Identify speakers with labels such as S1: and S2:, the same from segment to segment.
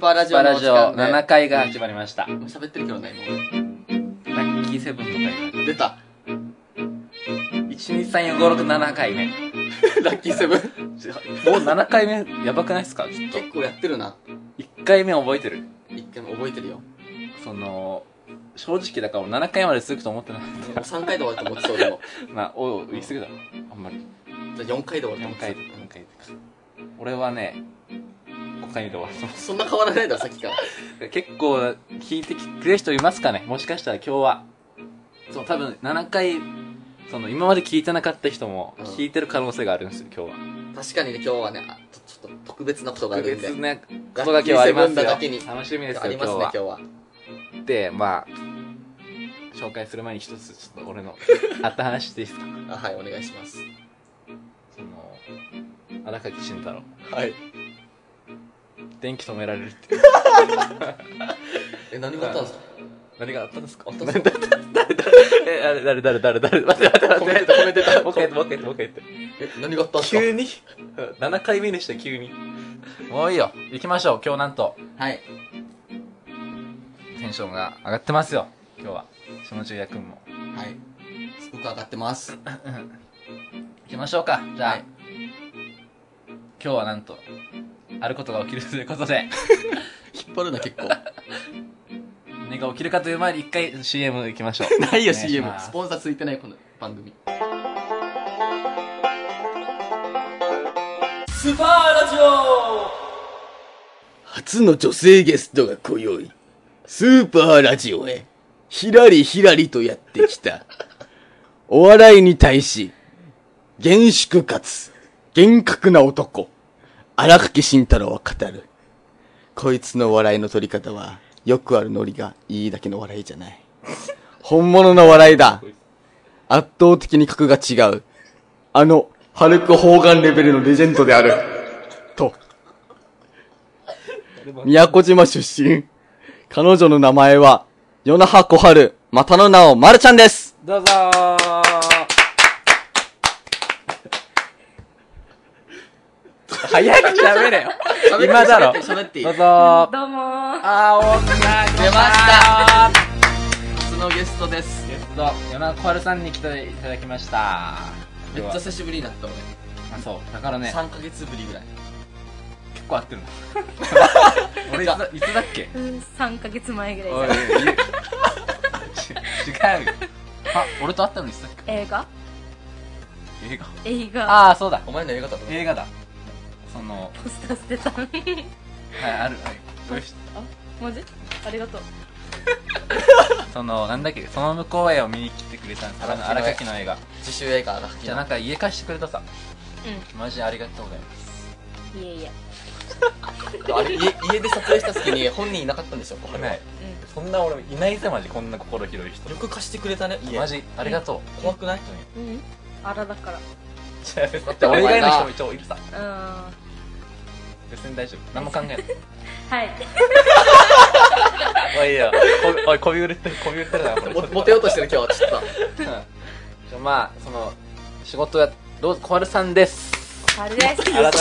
S1: パラジオ
S2: バ
S1: の
S2: ラ
S1: お時
S2: ジオ
S1: 間で
S2: 7回が始まりました。
S1: 喋ってるけどね、
S2: ラッキーセブンの回
S1: もう。出た。
S2: 1,2,3,4,5,6,7回目。
S1: ラッキーセブン。
S2: もう7回目、やばくないですかちょっと。
S1: 結構やってるな。
S2: 1回目覚えてる
S1: 一回も覚えてるよ。も
S2: その、正直だから俺7回まで続くと思ってなかっ
S1: う3回で終わると思ってそうでも。
S2: た。まあ、おう、言い過ぎだろ。あんまり。
S1: じゃあ4回で終わると思
S2: 4
S1: って
S2: 回、
S1: た
S2: 4回か。俺はね、5回で終わってま
S1: そんな変わらないだろ、さっきから。
S2: す。結構、聞いてくれる人いますかねもしかしたら今日は。そう、多分7回、その、今まで聞いてなかった人も、
S1: うん
S2: 聞いてる可能性があるんですよ、今日は。
S1: 確かにね、今日はね、あちょちょっと特別なことがあ
S2: 特
S1: るんで。
S2: 別
S1: あ
S2: なことが今日はありますよ。
S1: ラッキーセブンだけに
S2: 楽しみですよ、今日
S1: りますね、今
S2: は
S1: 日。は。
S2: で、まあ、紹介する前に一つ、ちょっと 俺の、あった話していいですか
S1: あはい、お願いします。
S2: その、荒垣慎太郎。
S1: はい。
S2: 電気止められるって。
S1: え、何があったんですか
S2: 何があったんですか
S1: あったん
S2: 誰
S1: す
S2: 誰誰誰誰誰誰待って待って待って
S1: コメント、コメントだ
S2: もう一回やってもう一回やってもう一回やって
S1: え、何があったんですか
S2: 急に7回目にして急にもういいよ行きましょう今日なんと
S1: はい。
S2: テンションが上がってますよ今日は下地谷君も
S1: はい。すごく上がってます。
S2: 行きましょうかじゃあ、
S1: はい
S2: 今日はなんとあることが起きるということ で
S1: 引っ張るな、結構。
S2: 何が起きるかという前に一回 CM 行きましょ う
S1: ないよ、
S2: お願いし
S1: CM
S2: ま。す
S1: スポンサーついてない、この番組。
S2: スパーラジオ
S1: 初の女性ゲストが今宵、スーパーラジオへ、ひらりひらりとやってきた。 お笑いに対し、厳粛かつ、厳格な男、荒垣慎太郎は語る。こいつの笑いの取り方は、よくあるノリがいいだけの笑いじゃない。本物の笑いだ。圧倒的に格が違う。あの、ハルク・ホーガンレベルのレジェンドである。と。宮古島出身。彼女の名前は、ヨナハコハル、またの名をまるちゃんです。
S2: どうぞー 早く喋れよ今だ ろ
S1: 喋っていい
S2: どうぞー
S3: どうもー。
S2: あー、大きな
S1: 出ました初のゲストです。
S2: ゲスト、ヨナコハルさんに来ていただきました
S1: めっち
S2: 今
S1: ゃ
S2: 日
S1: 久しぶりになった俺。
S2: はあそう、だからね、
S1: 3ヶ月ぶりぐらい。
S2: 結構合ってるの俺い
S1: じゃあ
S2: ついつだっけ
S3: うん、3ヶ月前ぐ
S2: お
S3: ら
S2: い
S3: いじゃん。
S2: いや違うよあ、俺と会ったのにさっき
S3: 映画
S2: 映画
S3: 映画。
S2: ああ、そうだ
S1: お前の映画だった
S2: 映画だその、
S3: ポスター捨てた。
S2: はい、ある、はい、よし
S3: あ、マジありがとう。
S2: そのなんだっけその向こうへを見に来てくれたんです
S1: 荒
S2: 荒
S1: 垣の
S2: 荒垣の映画
S1: 自主映画荒垣
S2: じゃあなんか家貸してくれたさ
S3: う
S2: マジありがとうございます
S3: ん。いえいえ。
S1: あれ、家家で撮影した時に本人いなかったんでしょ、小春は。
S2: ね
S1: よ
S2: そんな俺いないぜマジこんな心広い人
S1: く貸してくれたね、家。
S2: マジありがとう
S1: 怖くない
S3: うん。うん。あらだから。
S2: じゃあ だって俺以外の人も一応いるさ
S3: うーん。は
S2: 別に大丈夫何も考えない
S3: い。
S2: おいいいよこおいこび売れてるこび売れてるなこれ
S1: モモテようとしてる今日は、ちょっと。
S2: うんじゃあまあその仕事やどうぞ小春さんです
S3: あれです。
S2: 改めて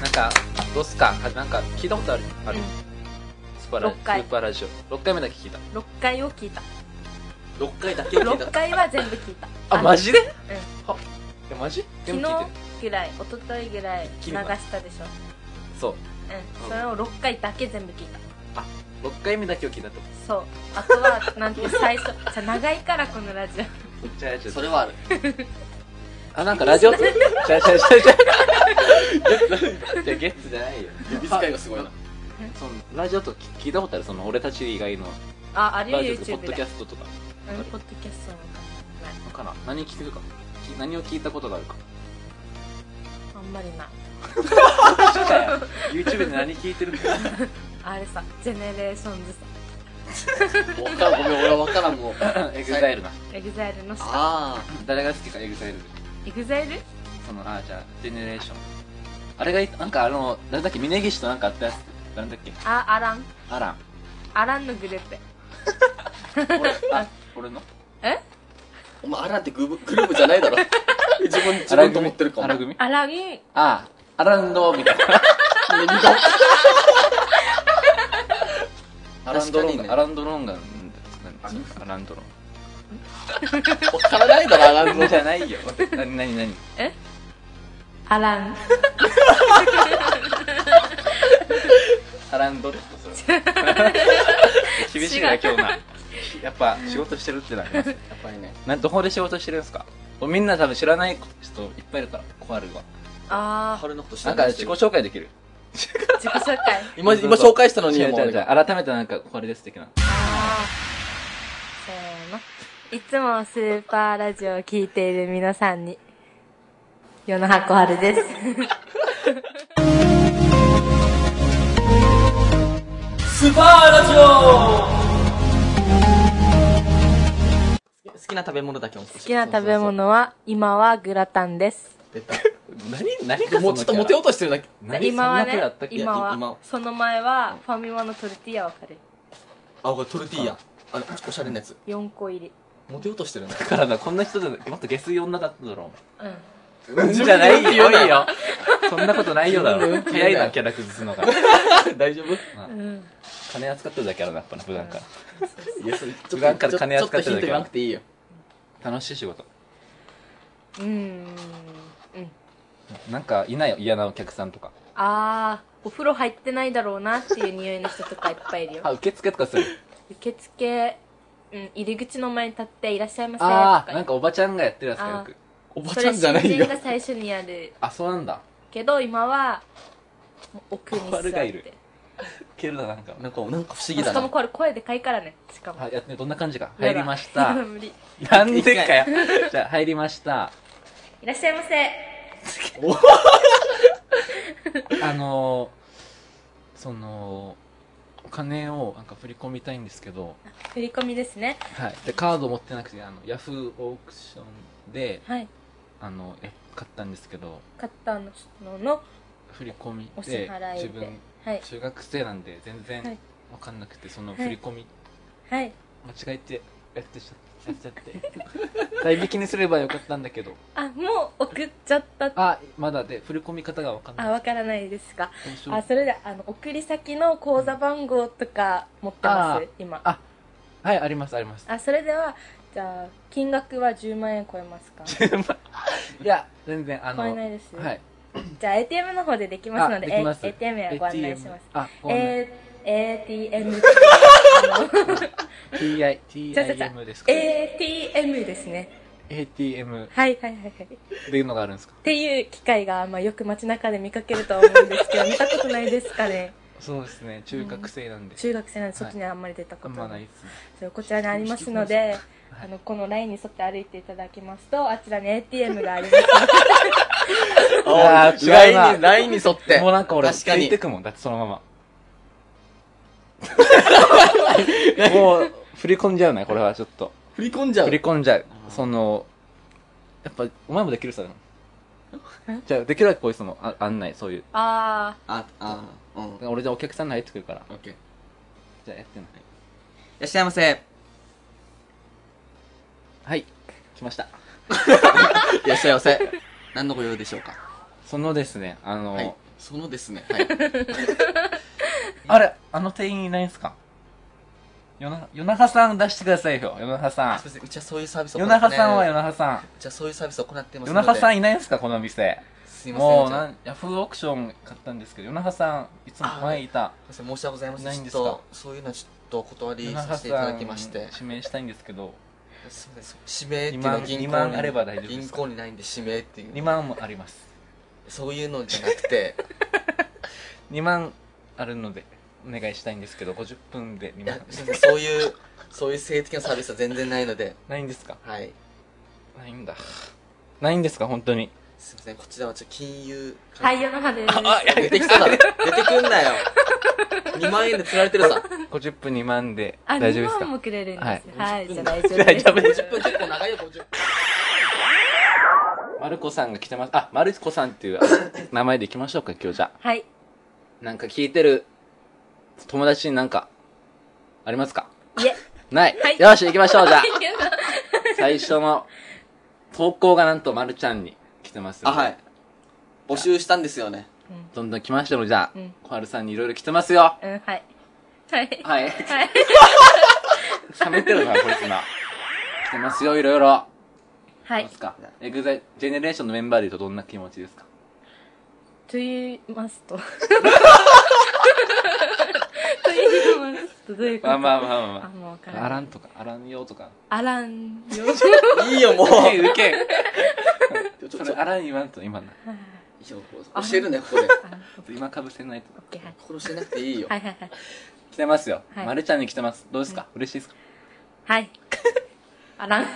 S2: なんかどうっすかなんか聞いたことあるある、
S3: うん
S2: スパラス
S3: 六回
S2: ーパーラジオ6回目だけ聞いた
S3: 6回を聞いた。
S1: 6回だけを聞いた
S3: 6。回は全部聞 いた。
S2: あ、マジで
S3: うん
S2: はえ、マジで
S3: 昨
S2: も聞いてる
S3: 日ぐらい、一昨日ぐらい
S2: 聞
S3: 流
S2: いた
S3: したでしょ。
S2: そう。
S3: うん。それを6回だけ全部聞いた。
S2: 6回目だけを聞いたってこ
S3: そう。あとは、なんていう最 初。じゃあ長いから、このラジオ。
S2: と。じゃあ、じゃ
S1: それはある。
S2: あ、あ、なんかラジオ、じゃあ、じゃあ、じゃあ、じゃあ、じゃあ、ゲッツじゃないよ。
S1: 指使いがすごいな。
S2: その、ラジオと聞聞いたことあるその、俺たち以外の
S3: あ、あるよ、
S2: ラジオとか、ポ
S3: YouTube
S2: ッドキ
S3: で
S2: ャ。ストとか。
S3: うん、ポッドキャストもかな。ない
S2: のかな何聞くか。き何を聞いたことがあるか。
S3: あんまりない。
S2: YouTube で何聞いてるんだよ。
S3: あれさ、ジェネレーションズさ、
S1: わからん、 ごめん、俺わからん、もう。
S2: EXILE な。
S3: エグザイルのさ、
S1: あ
S2: 誰が好きか EXILE で。
S3: エグザイル
S2: その、あ、じゃあ、ジェネレーション。あれがい、なんかあの、誰だっけ峯岸となんかあったやつ。誰だっけ
S3: あ、アラン。
S2: アラン。
S3: アランのグループ。
S2: 俺、あ、俺の
S3: え
S1: あ。お前、アランってグブグループじゃないだ ろ。自分、自分と思ってるかも。
S2: アラ組
S3: アラン、
S2: ああ、アランドみたいな。
S1: 二度
S2: ランドロン
S1: 確か
S2: ガ、
S1: にね
S2: アランドロンガなんです何ですかアランドロン
S1: お金ないだろ、アランドロン
S2: じゃないよ何何何
S3: アラン。
S2: アランドってことそれ厳しいな
S3: 違う
S2: 今日なやっぱ仕事してるってなり ますね
S1: やっぱりね。
S2: などこで仕事してるんですかみんな多分知らない人いっぱいいるから小春は
S3: ああ、
S1: 春のこと知
S2: な
S1: ら
S2: んか
S1: ない
S2: 自己紹介できる
S3: 自己紹介。
S1: 今、今紹介したのに、
S2: 違う
S1: もう
S2: 違う違う改めてなんか小春です的な
S3: あーせーの。いつもスーパーラジオを聞いている皆さんに、世の箱春です。
S1: スパーラジオ好きな食べ物だけ好
S3: 好きな食べ物は、今はグラタンです。
S1: 出た。
S2: 何何か
S1: もうちょっとモテようとしてるだけ。
S2: 何
S3: 今は
S2: そんなキャラあ
S3: ね
S2: ったっ、け
S3: 今
S1: いや今
S3: は、その前は、ファミマのトルティーヤわかる。
S1: あ、これトルティーヤ。あの、おしゃれなやつ。
S3: 4個入り。
S1: モテようとしてるな。
S2: だからなこんな人じゃないもっと下水女だっただろ
S3: うん。
S2: うん じゃないよ
S1: 言うない
S2: いよ そんなことないよだ
S1: 自分で
S2: ろ
S1: うんって言うな
S2: 早
S1: よ
S2: いなキャラ崩すのが
S1: 大丈夫
S3: うん。
S2: 金扱ってるだけあるなやっぱな普段から
S1: いや、それ、ちょっと、
S2: 普段から金
S1: ちょっ
S2: 扱
S1: と
S2: って
S1: ヒ
S2: るだ
S1: ント
S2: け
S1: 言わなくていいよ。
S2: 楽しい仕事
S3: うーん。うん。
S2: なんかいないよ嫌なお客さんとか
S3: あー、お風呂入ってないだろうなっていう匂いの人とかいっぱいいるよ
S2: あ。受付とかする
S3: 受付、うん、入り口の前に立っていらっしゃいませと
S2: ああ
S3: か
S2: なんかおばちゃんがやってるやつか
S3: あー
S2: よく
S1: おば
S3: そ
S1: ちゃ
S3: れ
S1: んじゃ
S3: 新
S1: ない
S3: 人
S1: よ。
S3: が最初にやる
S2: あそうなんだ
S3: けど今は奥に座っ
S2: 悪がいる
S3: て
S2: いけるななんか
S1: なんか、なんか不思議
S3: し
S1: だ
S3: か
S1: な
S3: も。これ声でかいからねしかも
S2: はやってどんな感じか入りまし
S3: や
S2: た
S3: だ 無理
S2: なんでかよ じゃあ入りました
S3: いらっしゃいませ
S2: あのー、そのお金をなんか振り込みたいんですけど、
S3: 振り込みですね
S2: はい、でカード持ってなくてあのヤフーオークションで
S3: はい
S2: あのや買ったんですけど
S3: 買ったののの
S2: 振り込み
S3: お支
S2: で
S3: 払い
S2: 自
S3: で
S2: 分
S3: はい
S2: 中学生なんで全
S3: は
S2: 然
S3: い
S2: わかんなくてその
S3: はい
S2: 振り込み
S3: はい
S2: 間違えてやってしちゃやっちゃって 代引きにすればよかったんだけど
S3: あもう送っちゃった
S2: あまだで振り込み方がわかん
S3: あ
S2: ない
S3: わからないですか
S2: どうしよう
S3: あそれであの送り先の口座番号とか持ってま
S2: あー
S3: す今
S2: あはいありますあります
S3: あそれではじゃあ金額は10万円超えますか
S2: いや全然あ
S3: 超
S2: の
S3: えないです、
S2: はい
S3: じゃあ ATM の方でできますので
S2: あできます
S3: え ATM へご案内します
S2: ATM あご案内
S3: A- ATM
S2: TI
S3: ちょちょちょ
S2: TIM ですか
S3: ATM ですね
S2: ATM っ
S3: はいはいはいはいって
S2: いうのがあるんですか
S3: ていう機会が、まあ、よく街中で見かけると思うんですけど見たことないですかね
S2: そうですね中学生なんで
S3: 中学生なんでそっちにはあんまり出た
S2: あ
S3: こ
S2: ん
S3: と
S2: ま
S3: な
S2: ない
S3: い、
S2: ですね
S3: そうこちらにありますのであのこのラインに沿って歩いていただきますとあちらに ATM があります
S2: あー違うな
S1: ラインに、ラインに沿って。
S2: もうなんか俺
S1: 確か
S2: つい
S1: に
S2: て。くもんだってその ままもう振り込んじゃうねこれはちょっと
S1: 振り込んじゃう
S2: 振り。込んじゃうそのやっぱお前もできるさじゃあできるだけこういうそのあ案内そういう
S3: あ
S1: あ、あ、うん。オ
S2: 俺じゃあお客さんに入ってくるから
S1: ッケー。い
S2: じゃあやってない
S1: らっしゃいませ。
S2: はい来 ました
S1: いらっしゃいませ。何のご用でしょうか
S2: そのですねあの、
S1: はい。そのですね。 はい。
S2: あれ、あの店員いないんすかよな、よなはさん出してくださいよ、よなはさ
S1: すいません。うちはそういうサービス
S2: ん。
S1: を
S2: よなはさんはよ
S1: う
S2: なはさ
S1: ちはそういうサービスを行ってま
S2: ん。
S1: す
S2: よ
S1: の
S2: な
S1: で。
S2: はさ
S1: ん。
S2: んいないんすか、この店。
S1: すいません。
S2: もう、な
S1: なん
S2: ん、ヤフーオークション買ったんですけど、よなはさん、いつも前いた。
S1: 申し訳ございません。
S2: ないん
S1: ちょ
S2: で
S1: っ
S2: すか
S1: と、そういうのはちょっとお断り
S2: よな
S1: さ
S2: は
S1: せていた
S2: さ
S1: だ
S2: ん、
S1: きまして。
S2: 指名したいんですけど、
S1: すいません。指名っていうのは銀行に
S2: 二万二万あれば大丈夫です
S1: 銀行にないんで指名ってい
S2: 2
S1: う。
S2: 万もあります。
S1: そういうのじゃなく て、
S2: 2万あるので、お願いしたいんですけど、50分で2
S1: いや
S2: 万。
S1: すいませんそういう、そういう性的なサービスは全然ないので、
S2: ないんですか
S1: はい。
S2: ないんだ。ないんですか、本当に。
S1: すいません。こちらはちょっと金融
S3: ーはい世の中です
S1: 出てきそうだろ。出てくんなよ。2万円で釣られてるさ。
S2: 50分2万で、
S3: あ、
S2: 大丈夫です
S3: 2万
S2: か
S3: もくれるんです。
S2: は
S3: はいい、
S1: 50
S3: じゃあ大丈夫です。
S2: 大丈夫です
S1: 50分結構長いよ、50分。
S2: マルコさんが来てます。あ、マルコさんっていうあの名前でいきましょうか、今日じゃあ。
S3: はい。
S2: なんか聞いてる友達になんか、ありますか
S3: いえ。
S2: ない、
S3: はい
S2: よし、行きましょう、じゃあ。
S3: いや
S2: 最初の投稿がなんとまるちゃんに来てますんで
S1: あ、はい。。募集したんですよね。
S2: どんどん来ましたので、じゃあ
S3: うん、
S2: 小春さんにいろいろ来てますよ。
S3: うん、はい。はい。
S2: はい。
S3: はい。
S2: 喋ってるな、こいつ今。来てますよ、いろいろ。
S3: は
S2: どう
S3: い
S2: です。かエグザイジェネレーションのメンバーで言うとどんな気持ちですか
S3: と言います と。と言いますと、どういうこと
S2: まあまあまあまあ
S3: あ、
S2: ま
S3: もうわか
S2: あ。ア
S3: ら
S2: ラ
S3: ん。
S2: ンとか、アランよとか。
S3: あらんよ。
S1: いいよ、もう。
S2: ウケウケ
S1: ちょちょ
S2: それ、アラン言わんと、今な。
S1: ちょ教えるね、ここで。
S3: あ
S2: 今かぶせないと。
S3: オッケー、はい。
S1: ここ教えなくていいよ。
S3: はいはいはい。
S2: 来てますよ。
S3: はい
S2: まるちゃんに来てます。どうですか嬉しいですか
S3: はい。あらん。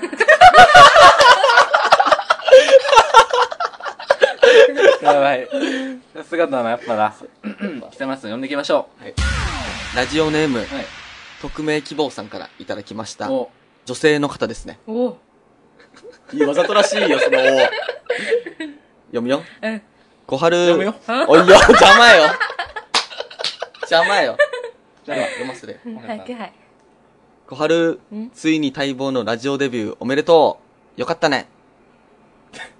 S2: やばい。さ すがだな、やっぱな。 来てます。呼んでいきましょ
S1: ラジオネーム、
S2: う。はい。
S1: 匿名希望さんからいただきました。
S2: お
S1: 女性の方ですね。
S3: おう。
S1: いいわざとらしいよ、その。読むよ。
S3: うん。
S1: 小春。
S2: 読むよ。
S1: おいよ、邪魔 よ。邪魔よ。
S2: じゃあ、
S1: 読ませて。
S3: うん
S2: わか
S3: は
S2: っ
S3: い、
S2: た
S3: はいはい。
S1: 小春
S3: ん、
S1: ついに待望のラジオデビューおめでとう。よかったね。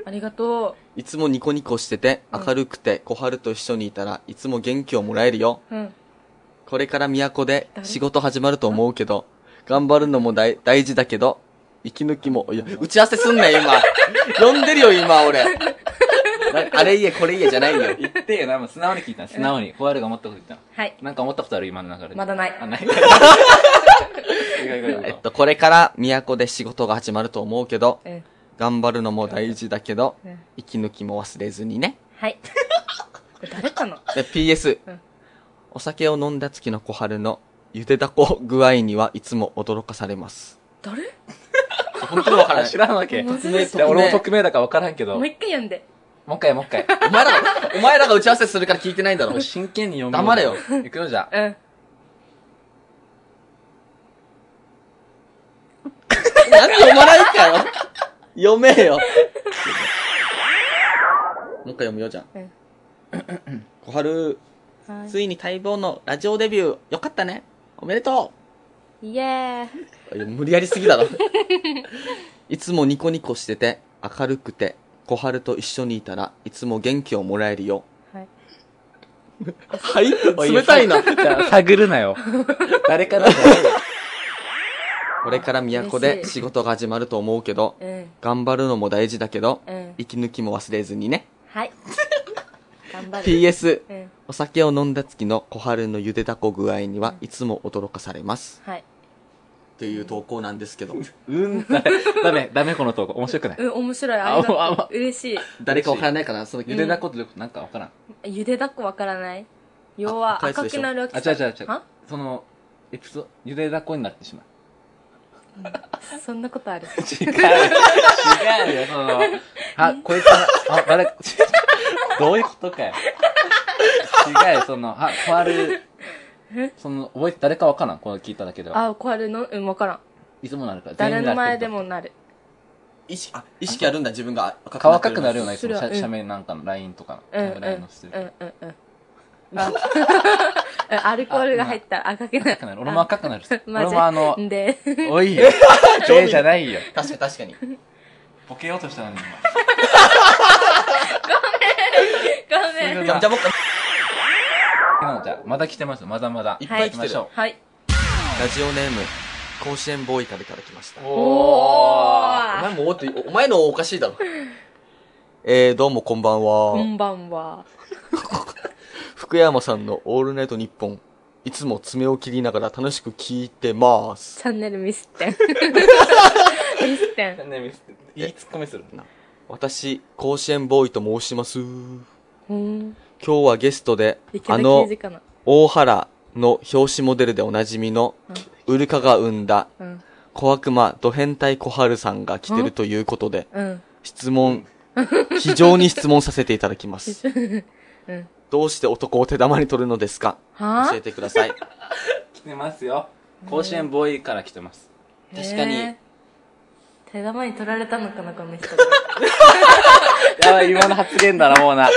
S3: ありがと
S1: いつもニコニコしてて、明るくて、小春と一緒にいたらいつも元気をもらえるよ。
S3: う。うん。
S1: これから都で仕事始まると思うけど、頑張るのも大大事だけど、息抜きも、いや、打ち合わせすんなよ、今。呼んでるよ、今、 俺。なあれ言え、これ言えじゃないよ。
S2: 言ってよな、もう素直に聞いたの素直に。ホワイルが思ったこと言ったの
S3: はい。
S2: なんか思ったことある今の流れで。
S3: まだない。
S2: あ、 ない。いやいやいや
S1: えっと、これから都で仕事が始まると思うけど、
S3: うん。
S1: 頑張るのも大事だけど
S3: うん、
S1: 息抜きも忘れずにね。
S3: はい。これ誰かな
S1: で、PS
S3: うん。
S1: お酒を飲んだ月の小春のゆでだこ具合にはいつも驚かされます。
S3: 誰
S1: 本当にわからない
S2: 知。らんわけ。
S3: もう全
S1: 然
S2: いや俺も匿名だから分からんけど。
S3: も
S2: も
S3: う
S2: う一
S3: 一回読んで。
S2: 回、もう一回。
S1: お前らが、お前らが打ち合わせするから聞いてないんだろ。
S2: 真剣に読む。
S1: 黙れよ。
S2: いくよ、じゃあ。
S3: うん。
S1: なんで読まないかよ。読めよ。もう一回読むよ、じゃん。
S3: うん。
S1: 小春、
S3: はい
S1: ついに待望のラジオデビュー、よかったね。おめでと
S3: イエーイ。
S1: う。いや無理やりすぎだろ。いつもニコニコしてて、明るくて、小春と一緒にいたらいつも元気をもらえるよ。
S3: はい。
S1: はい冷たいな。
S2: じゃあ探るなよ。誰かな
S1: これから都で仕事が始まると思うけど、
S3: うん。
S1: 頑張るのも大事だけど、
S3: うん。
S1: 息抜きも忘れずにね。
S3: はい。頑張る。
S1: PS、
S3: うん。
S1: お酒を飲んだ月の小春のゆでだこ具合にはいつも驚かされます。
S3: はい。
S1: っていう投稿なんですけど、
S2: うん、ダメ、ダメ、ダメこの投稿。面白くない。
S3: うん、面白い。ありがとう
S2: あまあ
S3: 嬉しい。
S1: 誰かわからないかなその
S2: ゆでだことなんか分からん。
S3: ゆでだっこわからない要
S1: 赤
S3: はい
S1: やつ
S3: 赤
S1: でしょ
S3: くなるわけ
S2: あ、違う違う違う
S3: は。
S2: その、エピソード、ゆでだこになってしまう。
S3: そんなことある。
S2: 違う。違うよ、その、あ、こいつの、あ、誰、違うどういうことかよ。違うよ、その、あ、変わる、その、覚えて、誰かわからん、これ聞いただけでは。
S3: あ、これの、うん、わからん。
S2: いつもなるから、
S3: 誰の前
S2: 全
S3: で
S2: 員
S3: もなる。
S1: 意識あ意識あるんだ、自分が赤
S2: 顔赤くなるよう
S1: ね。
S2: な、その、
S3: それはうん
S2: 写メなんかの、ラインとか
S3: うん、
S2: の、
S3: うん、うん、う
S2: ライン
S3: ん
S2: のして、
S3: う
S2: る。
S3: んうん。あうんアルコールが入ったら赤くな
S2: 赤くな
S3: る。
S2: る。俺も赤くなる。
S3: マ
S2: 俺
S3: ジ
S2: もあの、
S3: で、
S2: おいよ。えじゃないよ。
S1: 確かに確かに。
S2: ボケようとしたのに、今
S3: ごめん。
S1: じゃあ、じゃあ僕、
S2: なのじゃあまだ来てます。まだまだ。
S1: いっ
S3: ぱ
S2: 行
S3: い来
S2: き
S1: て
S2: ま
S1: る
S2: しょ
S3: はい。
S1: ラジオネーム、甲子園ボーイからいただきました
S2: う。。
S1: お
S3: お
S1: 前もおって、お前のおかしいだろ。えー、どうもこんばんは。
S3: こんばんは。
S1: 福山さんのオールナイトニッポン、いつも爪を切りながら楽しく聞いてます。
S3: チャンネルミスってん。ミスってん。
S2: ね、ミスって。いいツッコミする。
S1: 私、甲子園ボーイと申します。今
S3: うん。
S1: 日はゲストで
S3: 池、田
S1: あ
S3: 刑
S1: の
S3: 事、かな。
S1: 大原の表紙モデルでおなじみの、ウルカが生んだ
S3: うん。
S1: 小悪魔ド変態小春さんが来てるということで、
S3: うん。
S1: 質問、非常に質問させていただきます。
S3: うん。
S1: どうして男を手玉に取るのですか
S3: は
S1: 教
S3: ぁ
S1: えてください。
S2: 来てますよ。甲子園ボーイから来てます。
S1: 確かに
S3: へー手玉に取られたのかな、この人。
S2: やばい、今の発言だな、もう な。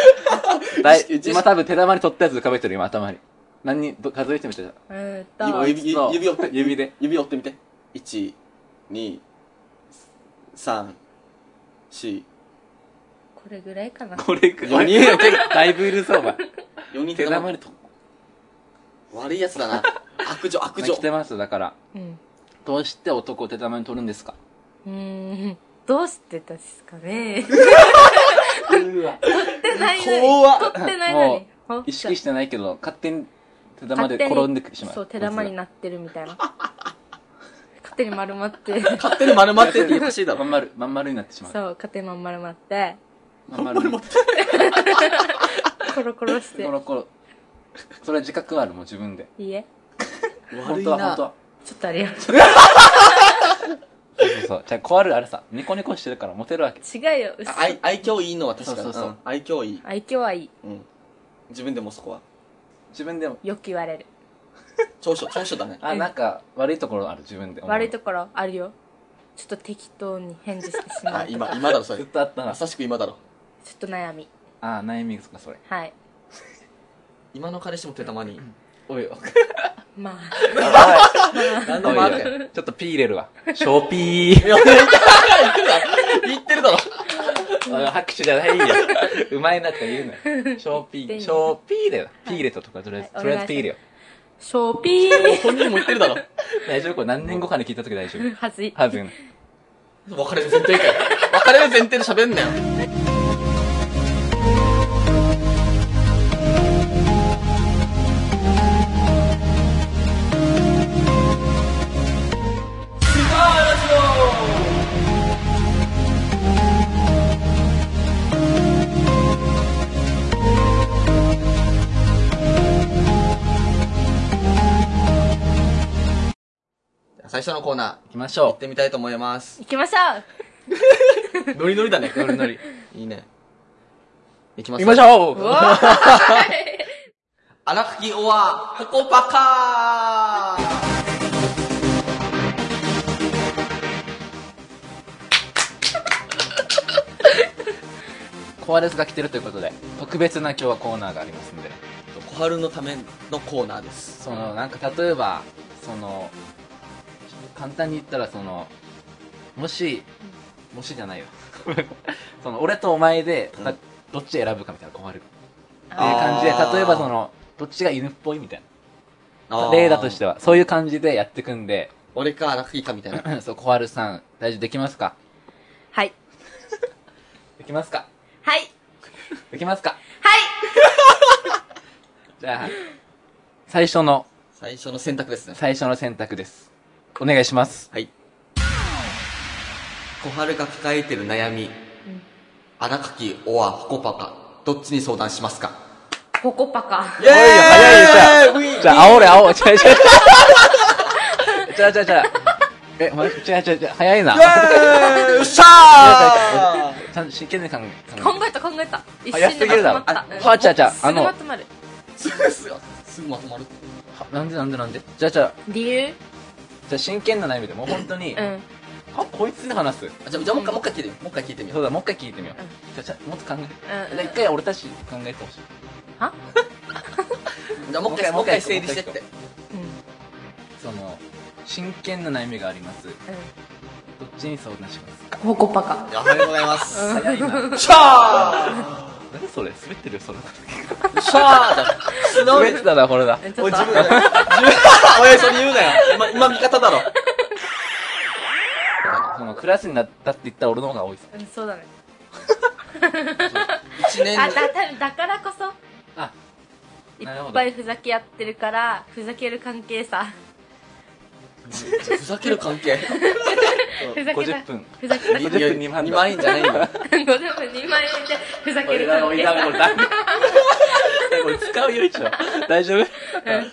S2: だい
S1: よし
S2: 今多分手玉に取ったやつ浮かべてる、今頭に。何人、ど数えてみて。
S3: うーん
S1: 指
S3: と、
S1: 指
S2: そう
S1: 指折って
S2: 指で
S1: 指折ってみて1 2 3 4
S3: これぐらいかな。
S2: これく
S1: 四人
S2: だいぶいるぞ、お前。
S1: 4人
S2: 手
S1: 手
S2: 玉
S1: 玉
S2: に取っ
S1: 悪いやつだ な。悪女、悪女
S2: 来。てます、だから。
S3: うん。
S2: どうして男を手玉に取るんですか
S3: うーん。どうしてですかね取ってないのに。
S1: 怖っ
S3: 取ってないのに。
S2: 意識してないけど、勝手に手玉
S3: 勝
S2: で
S3: 手に
S2: 転んでしまう。
S3: そう、手玉に
S2: な
S3: なってるみた いな。勝手に丸まって。
S1: 勝手に丸まってって言ってほしいだ
S2: ま
S1: ろ。
S2: ん丸、まん丸になってしまう。
S3: そう、勝手にまん丸まって、
S2: まん丸になって。
S3: コロコロして
S2: コ。ロコロ。それは自覚はある、もう自分で。
S3: いいえ。
S1: 悪
S2: 本
S1: い
S2: 当は、本当
S1: な。
S2: は。
S3: ちょっとありがと
S2: そうそうそう。じゃあ、壊るあれさ、ニコニコしてるからモテるわけ。
S3: う。違うよ、嘘。
S1: 愛、愛嬌いいのは確かに。
S2: そうそうそう
S1: うん愛嬌いい。
S3: 愛嬌はいい。
S1: うん。自分でもそこは。
S2: 自分でも、
S3: よく言われる。
S1: 長所、長所だね。
S2: あ、なんか、悪いところある、自分で。
S3: 悪いところあるよ。ちょっと適当に返事してしま
S1: あ
S3: う、とか。
S1: 今、今だろ、そ
S2: ず
S1: れ
S2: っ。とあったな。
S1: まさしく今だろ。
S3: ちょっと悩み。
S2: あー、悩みですか、それ。
S3: はい。
S1: 今の彼氏も手玉に。
S2: おい、おい。
S3: ま
S1: 何
S2: お
S1: の
S2: い
S1: もある
S2: お
S1: かよ。
S2: いちょっとピー入れるわ。ショーピー。
S1: いや言ってるだろ言ってるだろ。
S2: おい拍手じゃないよ。うまいなって言うなよ。ショーピ
S3: 言って
S2: ー。
S3: んの
S2: ショーピーだよ。ピー入れたとか、とりあえず、
S3: はい
S2: とりあえずピー入れよ。
S3: あ、ショーピ ー。
S1: 本人も言ってるだろ。
S2: 大丈夫これ何年後かに聞いた時大丈夫。
S3: はずい。
S2: はずいな。
S1: 別れる前提かよ。別れる前提で喋んなよ。最初のコーナー
S2: 行きまし
S1: 行っ
S2: ょ
S1: てみたいと思います。
S3: 行きましょ
S1: ノリノリだね。
S2: う。ノリノリ。
S1: いいね。いきま
S2: 行
S1: す
S2: きまし
S1: う
S2: ょ
S3: うう
S2: う
S3: わー
S1: 荒吹きおわ、ここばか
S2: コアレスが来てるということで、特別な今日はコーナーがありますんでね。
S1: 小春のためのコーナーです。
S2: その、なんか例えば、その、簡単に言ったらその、もし、もしじゃないよ。 その、俺とお前で、た
S1: うん
S2: どっち選ぶかみたいな困る。っていう
S1: あ
S2: 感じで、
S1: ー
S2: 例えばその、どっちが犬っぽいみたい
S1: あ
S2: な。
S1: ー
S2: 例だとしては、そういう感じでやってくんで、
S1: 俺か荒吹きかみたいな。
S2: そう、小春さん、大丈夫できますか
S3: はい。
S2: できますか
S3: はい。
S2: できますか
S3: はい。
S2: じゃあ、最初の、
S1: 最初の選択ですね。
S2: 最初の選択です。お願いします。
S1: はい。小春が抱えてる悩み。荒吹きおわ、ここばか。どっちに相談しますか
S3: ここパカ。
S1: イェーイ
S2: 早いじゃ
S1: あ、
S2: あ、煽れ、煽れ。違う 違う。違う違う違う。え、ま、違う違う違う。早いな。
S1: よっしゃー
S2: ちゃんと真剣に考え、
S3: 考
S2: 考
S3: えた考えた。一
S2: 早
S3: 瞬
S2: す
S3: で
S2: ぎるだろ
S3: まとまっ
S2: あ
S3: た。
S2: はちゃちゃ
S3: あ
S2: あの
S3: の。まとまる。
S1: すぐすぐ、すぐまとまる。
S2: え。なんでなんでなんで。じゃあじゃあ、
S3: 理由
S2: じゃあ真剣な悩みで、もう本当に、
S3: うん。
S2: あ、こいつに話す。
S1: あじゃあ、じゃあもう一回、もう一回聞いてみよう。もう一回聞いてみよ。
S2: そううだ、もう一回聞いてみよう。
S3: う
S2: じゃあじゃあ、もっと考
S3: う
S2: え。じ
S3: ん
S2: ゃあ一回俺たち考えてほしい。
S3: は
S1: じゃあもう一回、
S2: も
S1: も
S2: う
S1: う
S2: 一回
S1: 一回整理してっ
S2: もう一
S1: て。
S3: うん。
S2: その、真剣な悩みがあります。
S3: う
S2: どっちに相談しますか
S3: ん。ここパカ。
S1: ありがとうございます。
S2: 早いな。
S1: シャー
S2: 何それ滑ってるよ、その時。
S1: シャーだ素直
S2: 滑っ
S1: に
S2: て。たな、これだ。
S3: ち
S1: お
S3: ょ
S1: い、
S3: っと
S1: 自。分だよ。親それ言うなよ。今、今味方だろ。
S2: そのクラスになったって言ったら俺の方が多いです。
S3: うん、そうだね。
S1: 一年
S3: あ、だ、多分だからこそ、
S2: あ、
S3: い
S2: なるほ
S3: っ
S2: ど
S3: ぱいふざけ合ってるから、ふざける関係 さ。
S1: ふざける関係。
S3: ふざけた
S2: 50分。
S3: ふざけた。
S2: 二十分二万だ
S1: 二万円じゃないよ。
S3: 50分2万円でふざける関係
S2: こ
S3: さ。
S2: れダメ。これ使うよ、一応。大丈夫
S3: うん、うん、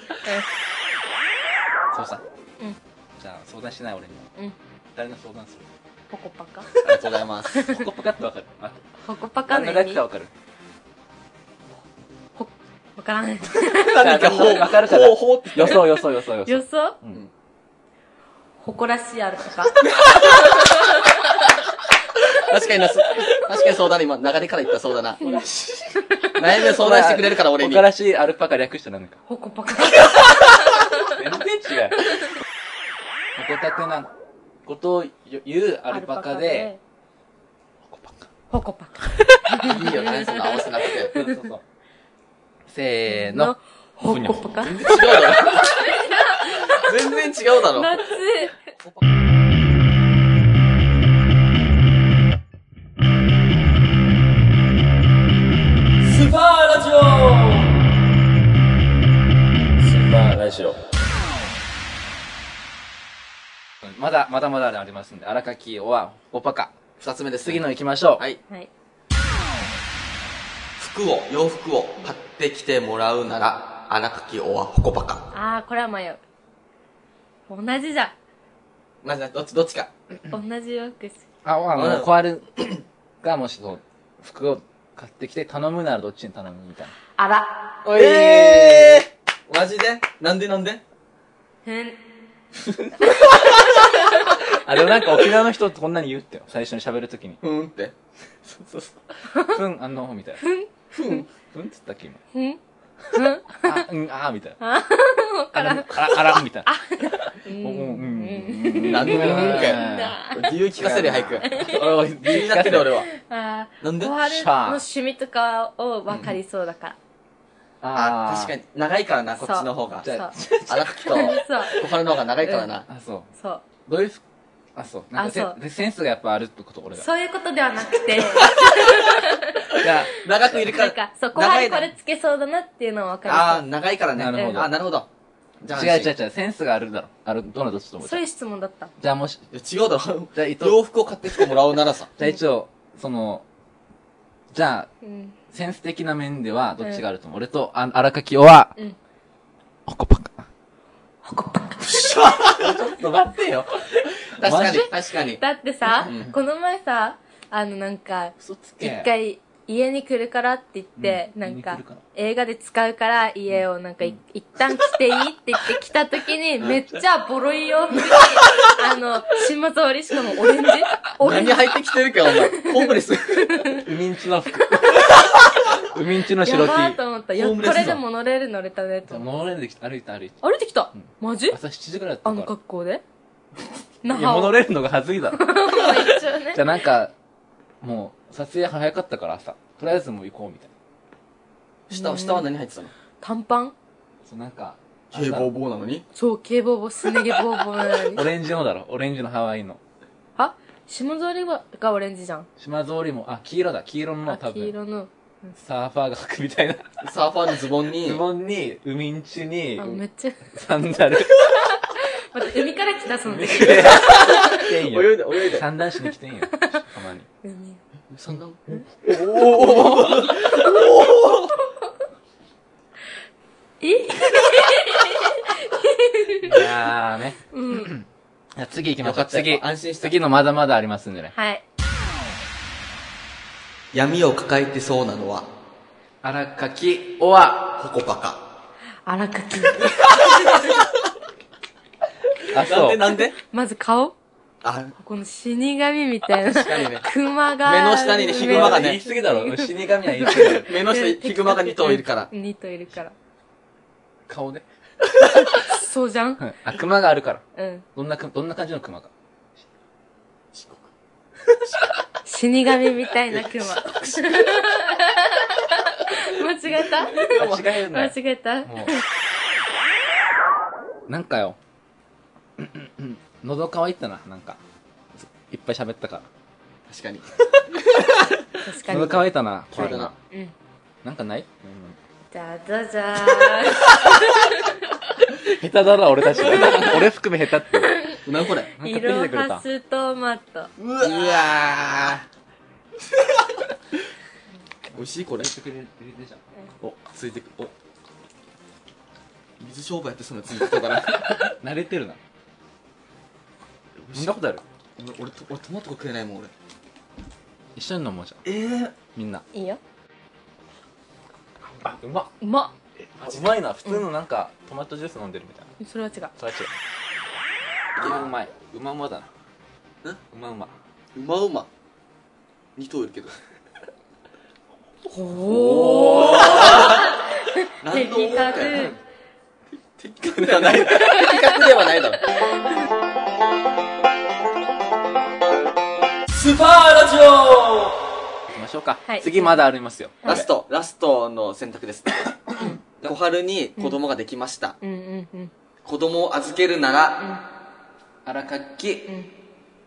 S2: そうさ。
S3: うん。
S2: じゃあ、相談しない俺に。
S3: うん。
S2: 誰の相談する
S3: ポコパカ
S1: ありがとうございます。
S2: ポコポカってわかる。あ、
S3: ポコパカ
S2: 何
S3: の
S2: の
S3: 意
S2: 略
S3: 味
S2: かわかる。
S3: ほわか らない。
S1: 何か、ほう、
S2: わかるから
S1: ほう、ほうって。
S2: 予想、予想、予想、予
S3: 予
S2: 想。
S3: 想
S2: うん。
S3: 誇らしいあると か。
S1: 確かにな、す確かにそうだね。今、流れから言ったらそうだな。悩みを相談してくれるから、俺に
S2: おか。らしいアルパカ略してなんか。
S3: ポコパカ。
S2: 全然違う。おこたてなことを言うアルパカで、。ポコパカ。
S3: ポコパカ。
S1: いいよね、そんな合わせなくて。
S2: そうそうそう。せー
S3: の
S2: の。、
S3: ほっこぽか。
S1: 全然違うだろ。全然違うだろ。
S3: 夏。
S4: スーパーラジオスーパーラジオ
S2: まだ、まだまだありますんで、荒垣は、おパカ。
S1: 二つ目です。
S2: 次の行きましょう。
S1: はい。
S3: はい。
S1: 服を、洋服を買ってきてもらうなら、荒垣おはほこばか。
S3: ああ、これは迷う。同じじゃん。
S1: まず、どっち、どっちか。
S3: 同じ洋服し
S2: あ、あ
S1: う
S2: の、
S1: ん
S2: 小春 がもしそう、服を買ってきて、頼むならどっちに頼むみたいな。
S3: あら。
S1: ええー、マジでなんでなんで
S3: ふん。
S2: あ、でもなんか沖縄の人ってこんなに言うってよ。最初に喋るときに。
S1: ふーんって。そうそうそう。
S2: ふん、あの、みたいな。ふんふんっつったっけ、今。
S3: ふん。
S2: あ、うん、あー、みたいな。
S3: わからん。
S2: あら、あら、みたいな。
S3: う。
S2: うん、うん、うんんうん。
S1: なんでなん
S2: か
S1: 理由聞か せるよ、早く。
S2: 俺、
S1: 気になってる、俺は。
S3: ああ。
S1: なんで
S3: 小
S1: あ
S3: 春の趣味とかを分かりそうだから。
S2: あ
S1: あ、確かに。長いからな、こっちの方が
S2: じ。ゃあ
S3: そう。
S1: 荒垣と、
S3: そう。
S1: 小春の方が長いからな。
S2: あ、そう。
S3: そう。
S2: どういう服あ、そう。なんか
S3: あそう
S2: セ、センスがやっぱあるってこと、俺ら。
S3: そういうことでは なくて、
S2: いや、
S1: 長くいるか
S3: なん
S1: ら
S3: か、。そう、小
S1: 長い
S3: 春
S1: な
S3: これつけそうだなっていうのは分
S1: ああ、
S3: か
S1: 長いからね。
S2: なるほど
S1: あ、なるほど。じゃあ、
S2: 違う違う違う、センスがあるだろ。ある、どのどっちと
S3: り
S2: 思
S3: そう。
S2: う
S3: そういう質問だった。
S2: じゃあもし、
S1: いや違うだろ。
S2: じゃあ伊藤
S1: 洋服を買ってきてもらうならさ。
S2: じゃあ一応、その、じゃあ、
S3: うん。
S2: センス的な面ではどっちがあると思う、俺と、あ、荒垣雄は、
S3: うん
S2: ホコパカ。ホコパカ。ちょっと待ってよ。
S1: 確か
S2: マ
S1: に
S2: ジ、
S1: 確かに。
S3: だってさ、
S1: うん
S3: この前さ、あのなんか、
S2: 嘘つけ。
S3: 一回家に来るからって言って、
S2: うん
S3: なん
S2: 家に来
S3: か
S2: るから
S3: 映画で使うから家をなんかい、一旦来ていいって言って来た時に、めっちゃボロい洋服に、あの、島津織しかもオレンジオレ
S1: 何
S3: ンジ
S1: 入ってきてるか、お前。 ホームレス。
S2: ウミンチの服。 ウミンチの
S3: や
S2: 白 T。
S3: ばーと思った。いや、
S1: ホーム
S3: こ
S1: レスだ
S3: れでモノレール乗れたねと思って。
S2: モノレールできた歩いて歩いて。
S3: 歩いてきたマジ
S2: 朝7時ぐらいだ
S3: あ
S2: った
S3: の
S2: か
S3: 格好で
S2: ら。
S3: ない
S2: や、モノ
S3: も
S2: レールのがはずいだろ。
S3: 一応ね
S2: じ。ゃあなんか、もう、撮影早かったから朝。とりあえずもう行こうみたいな。
S1: 下は、下は何入って たの
S3: 短パン
S2: そうなんか、
S1: 警棒棒なのに
S3: そう、警棒棒、すね毛棒棒なの に
S2: オ。レンジのだろ。オレンジのハワイの。
S3: あ、島津織はがオレンジじゃん。
S2: 島通りも、あ、黄色だ。黄色の
S3: あ、
S2: 多
S3: 黄
S2: 分、
S3: 色の。
S2: サーファーが履くみたい な。
S1: サーファーのズボンに
S2: ズ、ボンに、ウミンチに
S3: あ、、めっちゃ。
S2: サンダル。
S3: 待って、海から来た、その時。
S2: 来てん
S1: 泳い
S2: よ。
S1: で、泳いで。
S2: 三段子に来てんよ。たまに。
S3: 海
S1: そんな
S3: え
S2: いやーね。
S3: うん。
S2: じゃあ次行きま
S1: よ
S2: しょ
S1: か
S2: う。
S1: った。
S2: 次。
S1: 安心して。
S2: 次のまだまだありますんでね。
S3: はい。
S1: 闇を抱えてそうなのは、
S2: 荒垣、おわ。
S1: ホコパカ。
S3: 荒垣。
S2: あ、
S1: なん
S2: そ
S1: で
S2: う。
S1: なんで
S3: まず顔
S1: あ、
S3: この死神みたいな。
S1: 確かにね。
S3: 熊が。
S1: 目の下にねヒグマがね
S2: 言い過ぎだろ。死神は言い過ぎだよ。
S1: 目の 下にヒグマが2頭いるから。
S3: 2頭いるから。
S2: 顔ね。
S3: そうじゃん
S2: うんあ、熊があるから。
S3: うん。
S2: どんなく、どんな感じの熊か。
S3: 死神みたいな熊。間違えた
S2: 間違えるな
S3: 間
S2: よ。
S3: 違えた
S2: もう。なんかよ。喉乾いたな、なんか。いっぱい喋ったか
S1: 確かに。
S3: 確
S2: ら。
S3: か
S2: 喉
S3: に。
S2: 乾いたな、
S1: そうだな。
S3: うん。
S2: なんかない
S3: じゃじゃじゃ
S2: 下手だろ、俺たち。 俺含め下手って。
S1: なんこれ
S2: な
S3: ーん。
S2: ん
S3: イ
S2: か出
S3: ロ
S2: てくれ
S3: ハ
S2: た。
S3: ストマト。
S1: うわー。美味しいこれ。お、ついてく。お。水商売やってそうなついてきたから。
S2: 慣れてるな。
S1: 美
S2: そん
S1: 味しい
S2: なことある
S1: 俺、俺、俺トマトが食えないもん、俺。
S2: 一緒に飲もうじゃん。
S1: えー。
S2: みんな。
S3: いいよ。
S2: あ、うまっ。
S3: うま
S2: うまいな。普通のなんか、トマトジュース飲んでるみたいな。
S3: っ。それは違う。
S2: それは違う。うまい。うまうまだな。
S1: ん
S2: うまうま。
S1: うまうま。2頭いるけど。
S3: おー。
S1: 何の
S3: 的
S1: 音かよ
S3: 確。
S1: 的確ではない。的確ではないだろ。
S4: スーパーラジオ
S2: 行きましょうか。
S3: はい
S2: 次まだありますよ。
S1: ラスト、ラストの選択です。小春に子供ができました。
S3: うんうんうん。
S1: 子供を預けるなら、あらかっき、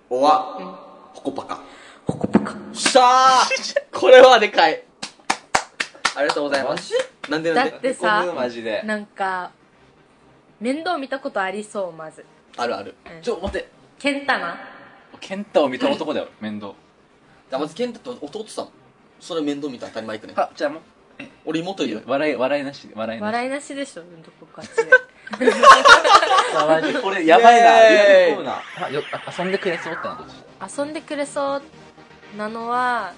S1: おわ、ほこぱか。
S3: ほこぽか。
S1: しゃ ーこれはでかい。ありがとうございます。なんでなん
S3: だっ
S1: で
S3: てさ
S2: こぶマジで。
S3: なんか、面倒見たことありそう、まず。
S1: あるある。
S2: ちょ、待って。
S3: ケンタな。
S2: ケンタを見た男だよ、面倒。
S1: じゃあまず健太と弟さん。それ面倒見たら当たり前いくね。
S2: あ、じゃあも
S1: 俺妹いるよ
S2: う、。笑い、笑いなし、笑いなし。
S3: 笑いなしでしょ、どこかしで。
S2: あマジこれ、やばいな。
S1: ねえ
S2: 喜ぶな。あ、よ、あ遊んでくれそうってなった。
S3: 遊んでくれそうなのは、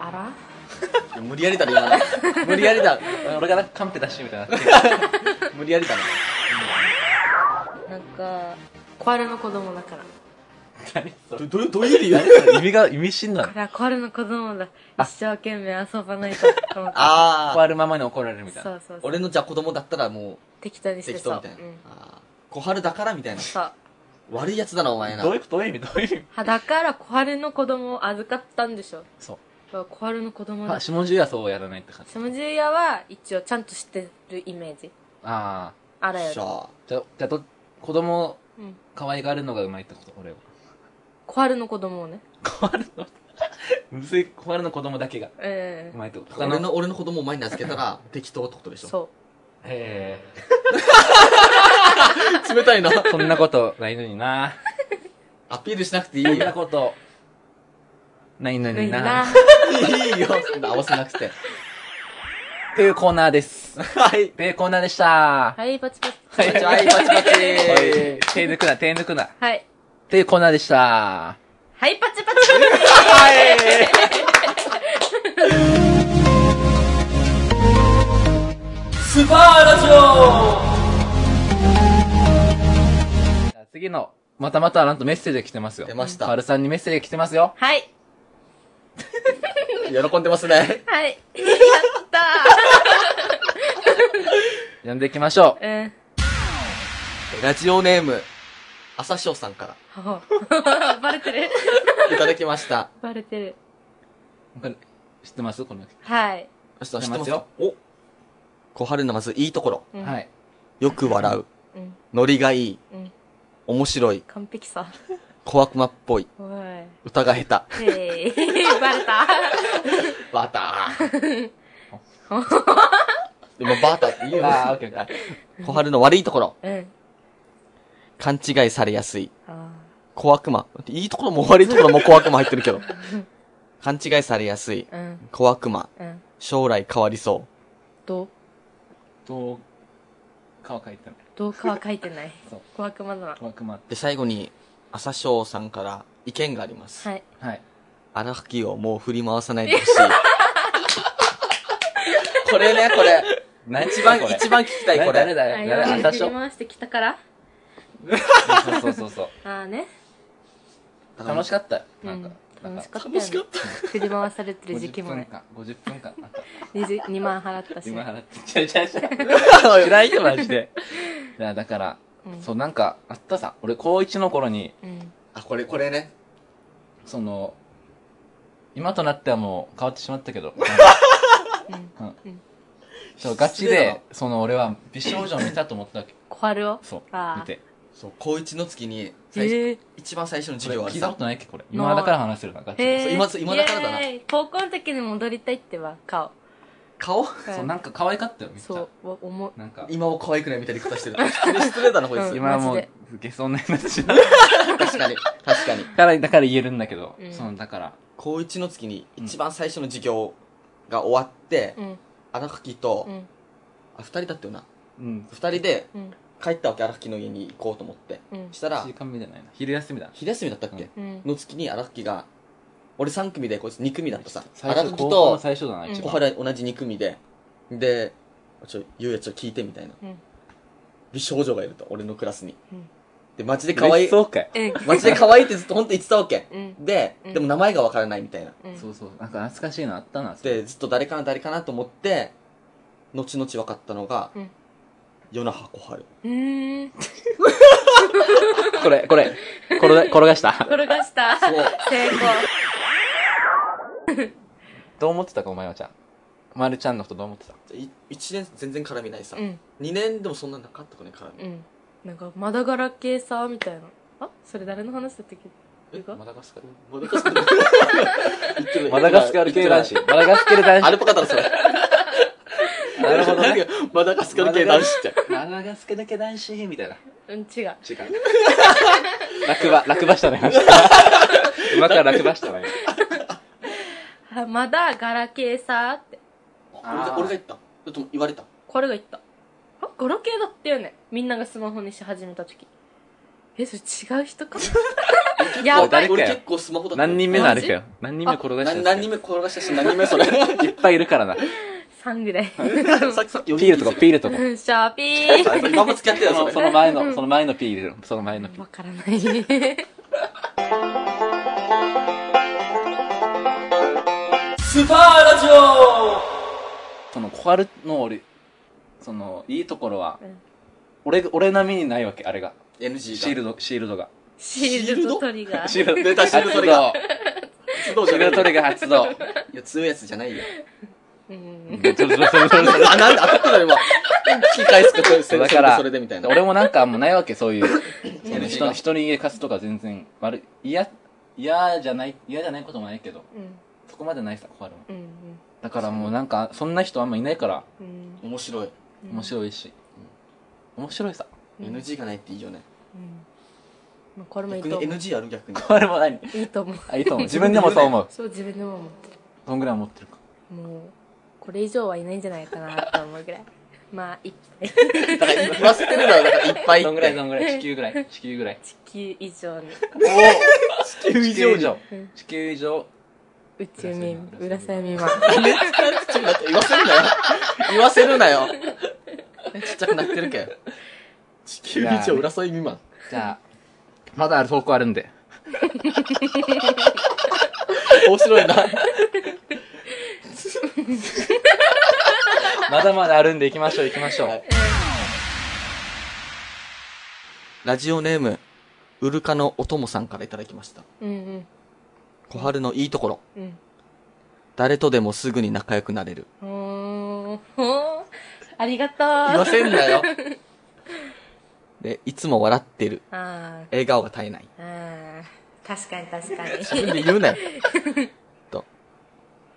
S3: あら
S1: 無理やりだね、 今の。無理やりだ。
S2: 俺がなんかカンペ出してみたい な。
S1: 無理やりだね。
S3: なんか、小春の子供だから。
S1: ど、どういう、どういう理由
S2: 意味が、意味深な
S3: こ。れは小春の子供だ。一生懸命遊ばないと。と思って
S1: あ
S2: 壊るままに怒られるみたい
S3: そ
S2: な。
S3: うそうそう。
S1: 俺のじゃあ子供だったらも
S3: 適当に
S1: う、
S3: して
S1: 適
S3: そう。
S1: 当
S3: う
S1: みたいな。
S3: ん。
S1: あー小春だからみたいな。
S3: そう。
S1: 悪いやつだな、お前な。
S2: どういうことどういう意味どういう意味
S3: はだから小春の子供を預かったんでしょ。
S2: そう。
S3: 小春の子供だ
S2: あ、。下地はそうやらないって感じ。
S3: シムジュヤは一応ちゃんと知ってるイメージ。
S2: ああ。
S3: あらよ
S1: し
S3: り
S1: ゃ。あ。
S2: じゃあ、じゃあど、子供を
S3: うん。
S2: 可愛がるのがうまいってこと俺は。
S3: 小春の子供をね。
S2: 壊るの、むずい、壊るの子供だけが
S3: うん
S2: う。まいってこと他
S1: 俺の、俺の子供を前に預けたら、適当ってことでしょ。
S3: そ
S2: へ
S1: 冷たいな。
S2: え。そんなことないのにな。
S1: アピールしなくて いい
S2: そ
S1: よ。
S2: んなこと、ないの
S3: う。み
S2: に
S3: んな
S2: な。っ、
S1: いいよ。そんな合わせなくて。
S2: ていうコーナーです。っ
S1: はい。
S2: ていうコーナーでした。
S3: はい、パチパチ。
S1: はい、パチパチ。
S2: 手抜くな、手抜くな。っ
S3: はい。
S2: ていうコーナーでした。
S3: はい、パチパチ。はい。
S4: スパーラジオ
S2: じゃあ次の、またまたなんとメッセージが来てますよ。
S1: 出ました
S2: カールさんにメッセージが来てますよ。
S3: はい。
S1: 喜んでますね。
S3: はい。やっ
S2: 読んでいきましょ
S3: たー。うん。
S1: ラジオネーム、朝翔さんか
S3: ほう バレてる
S1: らいただきました。
S3: バレてる。
S2: う。これ知ってますこの、
S3: はい。
S1: 知ってま
S2: 知
S1: す
S2: ってますよ
S1: お小春のまずいいところ。
S3: うん
S2: はい。
S1: よく笑う。
S3: うん。
S1: ノリがいい。
S3: うん。
S1: 面白い。
S3: 完璧さ。
S1: 小悪魔っぽい。
S3: おい。
S1: 歌が下
S3: へい。 バレた。
S1: 手。バター。 今バターって言う
S2: あーオッケーオッ
S1: ー。小春の悪いところ。
S3: うん。
S1: 勘違いされやすい。
S3: あ
S1: 小悪魔。いいところも悪いところも小悪魔入ってるけど。勘違いされやすい。
S3: ーうん。
S1: 小悪魔。
S3: うん。
S1: 将来変わりそ
S3: どう
S2: どう、顔書いてない。
S3: どうかは書いてない
S2: そう。
S3: 小悪魔だな。
S2: 怖くまっ
S1: う。で、最後に、朝翔さんから意見があります。
S3: はい。
S2: はい。
S1: 荒吹きをもう振り回さないで ほしい。これね、これ。
S2: 何
S1: 一番、一番聞きたい、こ
S2: 誰
S1: れ。
S2: だ
S3: あ
S2: よ、
S3: 今
S2: 誰だ
S3: 振り回してきたから
S2: そうそうそうそう。
S3: ああね。
S2: 楽しかったよ。
S3: う
S2: なん
S3: ん
S2: か、。なん
S3: 楽し
S2: か。
S3: かったよね。振り回されてる時期
S2: 50
S3: も
S2: 分
S3: ね。
S2: 間、50分間あった。
S3: 20 2万払ったし
S2: 今
S3: ね。
S2: 払って。ちゃちゃちゃ。 知らんよ、マジ で。いや、だから、
S3: うん
S2: そう、なんか、あったさ。俺、高一の頃に、
S3: うん。
S1: あ、これ、これね。
S2: その、今となってはもう変わってしまったけ ど。うん
S3: うん
S2: そう、ガチ
S1: 失礼だな
S2: で、その俺は美少女を見たと思ったわけ。
S3: 小春を
S2: そう、
S3: あー
S2: 見て。
S1: そう、高一の月に、最初
S3: え
S1: 一番最初の
S2: こ
S1: 授
S2: れ
S1: 業あ
S2: 聞
S1: れ
S2: いた
S1: さ
S2: こ。とないっけ、これ。今だから話せるな、ガチ
S3: ー、
S2: で。
S3: へ
S1: そう
S3: え。
S1: 今今だからだな
S3: イエーイ。高校の時に戻りたいってば、顔。
S1: 顔
S2: そう、なんか可愛かったよ、めっち
S3: そ
S2: ゃ
S3: う。、わ思う。
S2: なんか、
S1: 今も可愛くないみたいな言い方してる。失礼失礼だな、こいつ。
S3: うん
S2: 今はも
S3: マジ
S2: う
S3: で、
S2: ゲソなになってしまう。
S1: 確かに。確かに。
S2: だから、だから言えるんだけど
S3: う、ん
S2: その、だから、
S1: 高一の月に一番最初の授業が終わって、
S3: うん。
S1: 荒垣と、
S3: うん。
S1: あ、二人だったよな。
S2: うん。
S1: 二人で
S3: うん。
S1: 帰ったわけ、荒垣の家に行こうと思って。
S3: うん
S1: したら
S2: 1時、間目じゃないな。昼休みだ。
S1: 昼休みだったっけ、
S3: うん。
S1: の月に荒垣が、俺3組でこいつ2組だったさ。
S2: 最
S1: 荒
S2: 初、
S1: 垣
S2: 高校の
S1: と
S2: 最初だな、一
S1: 小
S2: 番。
S1: 原同じ2組で、で、ちょ、ゆうやちょっと聞いてみたいな。
S3: うん
S1: 美少女がいると、俺のクラスに。
S3: うん
S1: で、マジで可愛い
S2: 嬉し、そうかい。
S3: うん。
S1: マジで可愛いってずっと本当言ってたわけ。
S3: うん。
S1: で、
S3: うん
S1: でも名前がわからないみたいな。
S3: うん
S2: そうそう。なんか懐かしいのあったな、それ
S1: で、ずっと誰かな誰かなと思って、後々分かったのが、
S3: うん
S1: ヨナハコハル。
S3: うーん。
S2: これ、これ、転 が転がした。
S3: 転がした。
S1: そう。
S3: 成功。
S2: どう思ってたか、お前はちゃん。まるちゃんのことどう思ってた
S1: い一年全然絡みないさ、
S3: うん
S1: 二年でもそんななかったかね絡み、
S3: うんなんかまだガラ系さみたいなあそれ誰の話だったっけ
S1: え
S3: か
S1: マダガスカルマダガスカル言ってない
S2: マダガスカル系
S1: 言っ
S2: 男
S1: て
S2: 子
S1: な
S2: マダ
S1: い。
S2: ガスカル男
S1: ア
S2: 子。
S1: ルパカだろそれ
S2: なるほど ね。
S1: なんかマダガスカル系男子って
S2: マダガスカル系男子みたいな。
S3: うん違
S2: 違
S3: う
S2: う。 落馬、落馬したね、今。今から 落馬したね。
S3: あまだガラケーさーって
S1: あ俺が俺が言ったちょっと言われた
S3: これが言ったあガラケーだったよねみんながスマホにし始めた時えそれ違う人かなやば
S2: 誰
S3: い
S2: かよ
S1: 俺結構スマホだった
S2: 何人目のあれかよ。何人目転がしたや
S1: 何
S2: つかよ
S1: 何人目転がしたし何人 目それさ
S2: いっぱいいるからな。
S3: 3ぐらい
S1: っきさっき
S2: ピールとかピールとか。
S3: うんシャーピー
S1: 今も付き合ってた
S2: そ
S1: よそ
S2: の
S1: れ
S2: その前の、その前のピール、その前のピール。
S3: わからない
S4: スパーラジオ
S2: その、小春の俺、その、いいところは
S3: うん、
S2: 俺、俺並みにないわけ、あれが。シ
S1: NG
S2: ールド、シールドが。
S3: シールドトリガー
S2: シール
S1: 出たシールドトリガシー
S2: シールドトリガー発 動。
S1: いや強いやつじゃないよ
S3: うん
S2: めちゃめちゃめちゃめちゃ
S1: あなんで当たったの今聞き返すこと
S2: そうだ
S1: そ
S2: か
S1: れで
S2: ら、
S1: それでみたいな
S2: 俺もなんかもうないわけ、そういう。
S1: NG
S2: 人
S1: が
S2: 人に家貸すとか全然悪い。嫌、嫌じゃない、嫌じゃないこともないけど、
S3: うん
S2: そこまでないさ、小春も。
S3: うん
S2: だからもうなんか、そんな人あんまいないから、
S3: うんうん
S1: 面白い
S2: 面白いし。面白いさ。
S3: うん
S1: NG がないっていいよね
S3: うんまあこれもいい
S1: 逆
S3: と
S1: に
S3: 思
S1: NG ある逆に
S2: 小春も何
S3: ういいと思う
S2: あ、いいと思う。自分でもそう思う。
S3: そう自分でも思って
S2: どんぐらい思ってるか。
S3: るもうこれ以上はいないんじゃないかなと思うぐらいまあいっぱい
S1: だから言わせてるのはだからいっぱい
S2: どんぐらい
S1: って
S2: どんぐらい地球ぐらい地球ぐらい。
S3: 地球以上に
S2: 地球以上じゃん
S3: うん。
S2: 地球以上。
S3: 宇宙民
S2: 浦
S3: 浦
S2: 添
S3: 添未満
S1: ちょっと待って言わせるなよ言わせるなよちっちゃくなってるけよ地球以上浦添未満
S2: じゃあ、まだある投稿あるんで。
S1: 面白いな
S2: まだまだあるんで行きましょう行きましょ
S1: は
S2: う
S1: い。ラジオネームウルカのおともさんからいただきました
S3: うん
S1: 小春のいいところ
S3: うん
S1: 誰とでもすぐに仲良くなれる
S3: うんおーおーありがとう
S1: 言わせんなよでいつも笑ってる
S3: あ
S1: 笑顔が絶えない
S3: ーあー確かに確かに
S1: 自分で言うなよと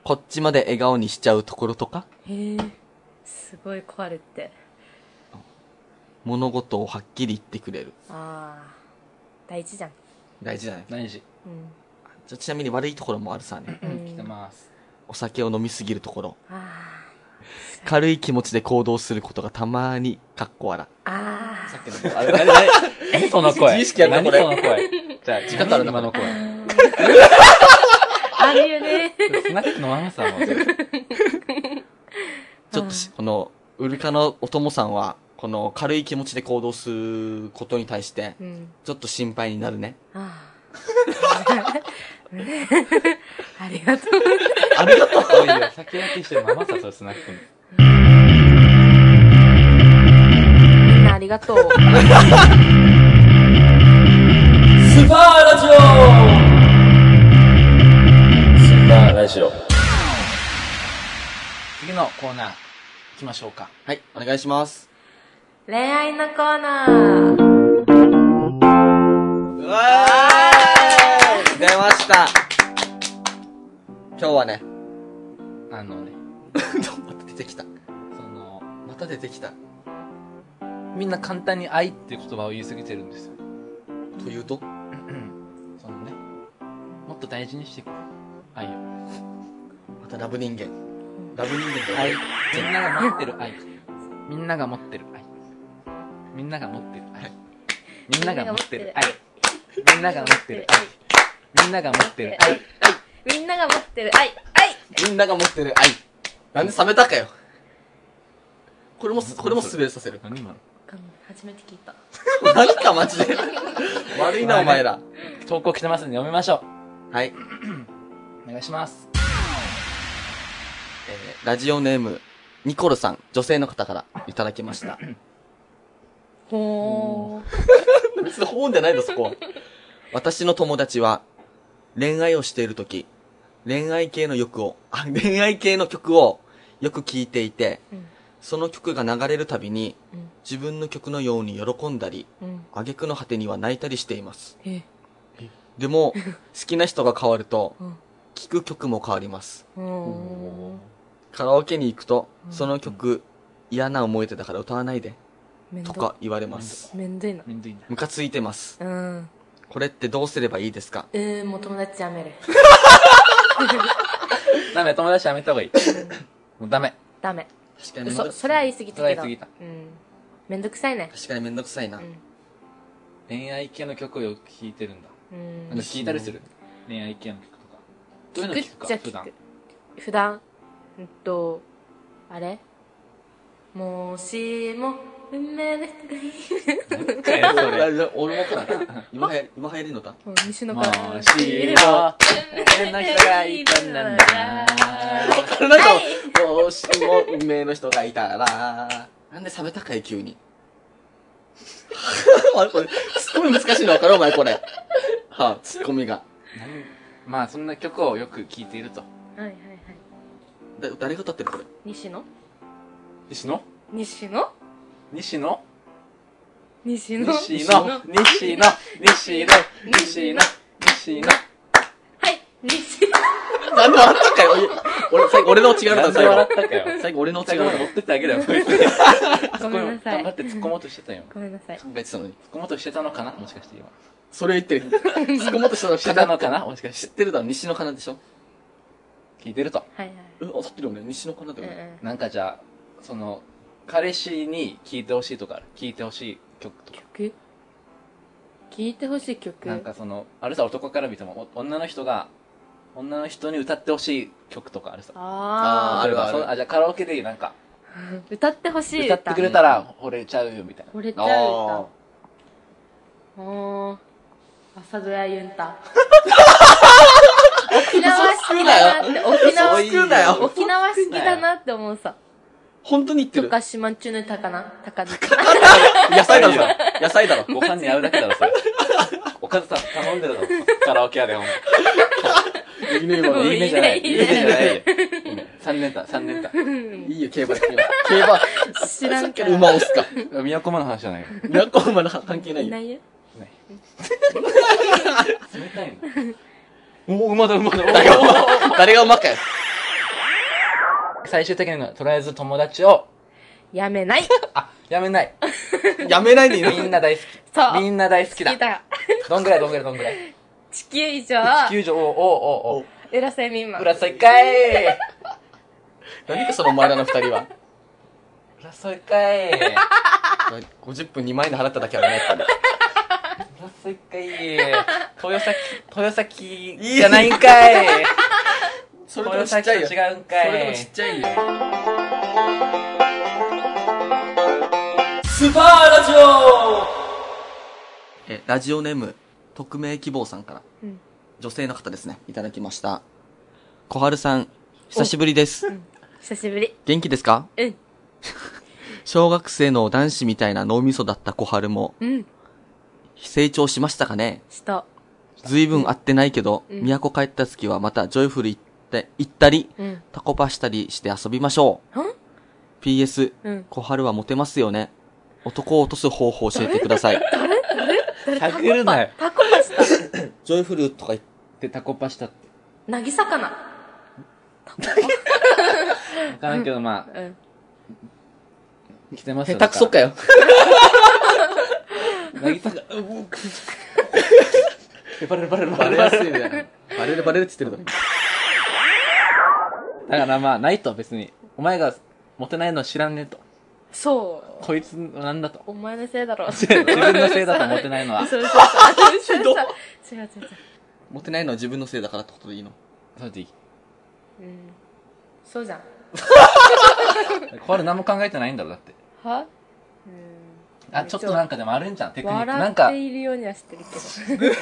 S1: こっちまで笑顔にしちゃうところとか
S3: へえすごい壊れて
S1: 物事をはっきり言ってくれる
S3: ああ大事じゃん
S1: 大事じゃない
S2: 何時
S3: うん
S1: じゃちなみに悪いところもあるさね
S3: うん
S2: 来てます。
S1: お酒を飲みすぎるところ
S3: あ
S1: 軽い気持ちで行動することがたまにかっこ笑
S3: ーあ
S2: さっきの、あれ、何、何、何その声。
S1: 自意識やった
S2: 何
S1: これ
S2: その声。じゃあ、時
S1: 間あるな
S2: 今の声。
S3: ーあるよね
S2: スナックのママさんは、
S1: ちょっとし、この、ウルカのお友さんは、この軽い気持ちで行動することに対して、
S3: うん
S1: ちょっと心配になるね。
S3: あ あありがとう
S1: ありがとう。
S2: そういう先焼きしてるママさん、そうスナックの。
S3: みんなありがとう
S4: スパーラジオスパーラジオ
S2: 次のコーナー、行きましょうか。
S1: はい、お願いします。
S3: 恋愛のコーナー
S1: うわー出ました今日はね、
S2: あのね、
S1: また出てきた。
S2: その、
S1: また出てきた。
S2: みんな簡単に愛っていう言葉を言い過ぎてるんですよ。
S1: というと
S2: そのね、もっと大事にしていこう。愛を。
S1: またラブ人間。ラブ人間で。
S2: 愛。みんなが持ってる愛。みんなが持ってる愛。みんなが持ってる愛。みんなが持ってる愛。みんなが持ってる愛。みんなが持ってる愛。
S3: みんなが持ってる愛愛
S1: みんなが持ってる愛。なんで冷めたかよ。これもす、これも滑りさせる。
S2: 何今の
S3: 初めて聞いた
S1: 何かマジで。 悪いな、お前ら。
S2: 投稿来てますんで読みましょ
S1: はい。
S2: う。お願いします。
S1: ラジオネーム、ニコルさん、女性の方からいただきました。
S3: ほー
S1: 別に本じゃないの、そこは。私の友達は、恋愛をしているとき、恋愛系の欲を、あ、恋愛系の曲をよく聴いていて、
S3: うん
S1: その曲が流れるたびに、
S3: うん
S1: 自分の曲のように喜んだり、
S3: うん。
S1: 挙句の果てには泣いたりしています。
S3: え、
S1: でも、好きな人が変わると
S3: うん、
S1: 聴く曲も変わります。
S3: うーん。
S1: カラオケに行くと、
S3: うん
S1: その曲、嫌な思い出だから歌わないで、
S3: めんど
S1: とか言われます。
S3: めんどいな。
S2: めんどいな。
S1: ムカついてます。
S3: うん。
S1: これってどうすればいいですか
S3: うーん、もう友達やめる。
S2: ダメ、友達やめた方がいい。もうダメ。
S3: ダメ。
S1: 確かに
S3: 嘘。それは言い過ぎたけど。
S2: それは言い過
S3: うん。めんどくさいね。
S1: 確かにめんどくさいな。
S3: う
S2: 恋愛系の曲をよく聴いてるんだ。
S3: ん。
S2: なん
S3: うん
S2: か。聞いたりする恋愛系の曲とか。どういうの聞くか、
S3: じゃ
S2: 普段
S3: 聞く。。普段。うんと、あれもしも、運命の人がいる。
S2: 何回や それ。
S1: 俺もかな。今はや、今流行りの歌
S3: もう西野
S2: も
S3: か
S2: し も、変な人がいたんなんだ。
S1: なんか、もしも運命の人がいたら、なんで冷めたかい、急に。 お前これ、すごい難しいの分かるお前、これ。はあ、ツッコミが。
S2: まあ、そんな曲をよく聴いていると。
S3: はいはいはい。
S1: だ誰が歌ってるこれ。
S3: 西野
S2: 西野
S3: 西野
S2: 西野
S3: 西野
S2: 西野西野西野西野西野
S3: はい、西野。
S1: なんで笑ったかよ。俺、最後、俺の違う
S2: な
S1: のだ、
S2: んで
S1: 最
S2: 笑
S1: 後。
S2: ったかよ。
S1: 最後、俺の違
S2: 最
S1: う
S2: 後ま
S1: のだ
S2: で持ってってあげれば。
S3: ごめんなさ
S2: 頑張っ
S3: い。
S2: て突っ込もうとしてたよ。
S3: ごめんなさい。
S1: 考えてたのに。
S2: 突っ込もうとしてたのかなもしかして今。
S1: それ言ってる。 突っ込もうとしたの
S2: してたのかなもしか
S1: 知
S2: し。
S1: っててるだろ、西のかなでしょ
S2: 聞いてると。
S3: はいはい。
S1: え、当たってるよね、西のかなだ
S3: う
S1: よ
S3: ん
S1: ね。
S3: う
S2: なんかじゃあ、その、彼氏に聞いてほしいとかある、聞いてほしい曲と
S3: ん。
S2: か。
S3: 曲聞いてほしい曲
S2: なんかその、あれさ、男から見ても、お女の人が、女の人に歌ってほしい曲とかあるさ。
S1: あ
S3: あ
S1: るある
S2: 例えばそのあ、じゃあカラオケでなんか、
S3: あ。歌ってほしい
S2: 歌
S3: 歌。
S2: ってくれたら惚れちゃうよみたいな。
S3: 惚れち
S1: あ
S3: ゃう
S1: ー
S3: 歌。おー。朝ドラユンタ。沖縄好きだなって、沖縄
S1: 嘘つくなよ
S3: 沖縄好きだなって思うさ。
S1: 本当に言って
S3: と
S1: る。
S3: か、島んちゅぬたかなたかず。
S1: 野菜だろ、それ野菜だろ。
S2: ご飯に合うだけだろ、それ。おかずさん頼んでるだろ、カラオケ屋で。ほん
S1: いいね、今
S3: も
S1: の
S3: う
S2: と
S3: い
S2: い
S3: い
S2: いね
S3: ね
S2: じゃない。いいねじゃないい。3連単、3連単。
S1: いいよ、競馬だ、競馬。競馬。
S3: 知らんから。
S1: 馬押すか。
S2: 宮古間の話じゃないよ。
S1: 宮古馬の関係ないいよ
S3: な。いよ。
S2: 冷たいの。
S1: もう馬だ、馬だ。誰が馬、誰が馬かよ。
S2: 最終的には、とりあえず友達を、
S3: やめない。
S2: あ、やめない。
S1: やめないでいい
S2: みんな大好
S3: そう。
S2: き。みんな大好き
S3: 聞
S2: だ
S3: い。た。
S2: どんぐらいどんぐらいどんぐらい。
S3: 地球以
S2: 地
S3: 上、
S2: 球上、おうおうおう
S3: 浦瀬未
S2: おう。
S3: 満。
S2: 浦添かい
S1: 何かそのお前らの二人は。
S2: 浦添かい
S1: 50分2万円で払っただけはね、やっぱり。
S2: 浦添かい 豊崎、豊崎じゃないんかい
S1: それとも
S2: 豊
S1: ち
S2: 崎
S1: っち
S2: と
S1: ゃいよ。そ
S2: 違うんか
S1: れでも
S2: い
S1: ちっちゃいよ。
S4: スパーラジオ
S1: え、ラジオネーム、匿名希望さんから。
S3: うん
S1: 女性の方ですね。いただきました。小春さん、久しぶりです。
S3: 久しぶり。
S1: 元気ですか
S3: うん。
S1: 小学生の男子みたいな脳みそだった小春も、
S3: うん。
S1: 成長しましたかね
S3: した。
S1: ずいぶん会ってないけど、
S3: うん
S1: 都帰った月はまたジョイフル行って、行ったり、
S3: うん。
S1: タコパしたりして遊びましょう。PS、
S3: うん。
S1: 小春はモテますよね。男を落とす方法教えてくだ さい。
S2: 探るなよ。
S3: タコパした。
S1: ジョイフルとか言って、
S2: で、タコパしたって。
S3: なぎさかな。
S2: わからんけど、ま
S3: うん。
S2: あ、来てます
S1: 下
S2: よ。
S1: 手くそかよ。
S2: だから。なぎさか、ううバレるバレるバ
S1: バ
S2: レ
S1: レ
S2: る
S1: やすいみたいな。バレるバレるって言ってるだろ。
S2: だからまあ、ないと別に。お前がモテないの知らんねと。
S3: そう。
S2: こいつなんだと。
S3: お前のせいだろ。
S2: 自分のせいだと思ってないのは。
S3: そうそうそう。
S1: ひどっ
S3: 違う違う違う。
S1: モテないのは自分のせいだからってことでいいの。
S2: そうでいい。
S3: うん。そうじゃん。
S2: これ何も考えてないんだろ、だって。
S3: は
S2: あ、ちょっとなんかでもあるんじゃん、テクニック。な
S3: 笑
S2: ん
S3: っ
S2: か
S3: て、いるようにはしてるけど。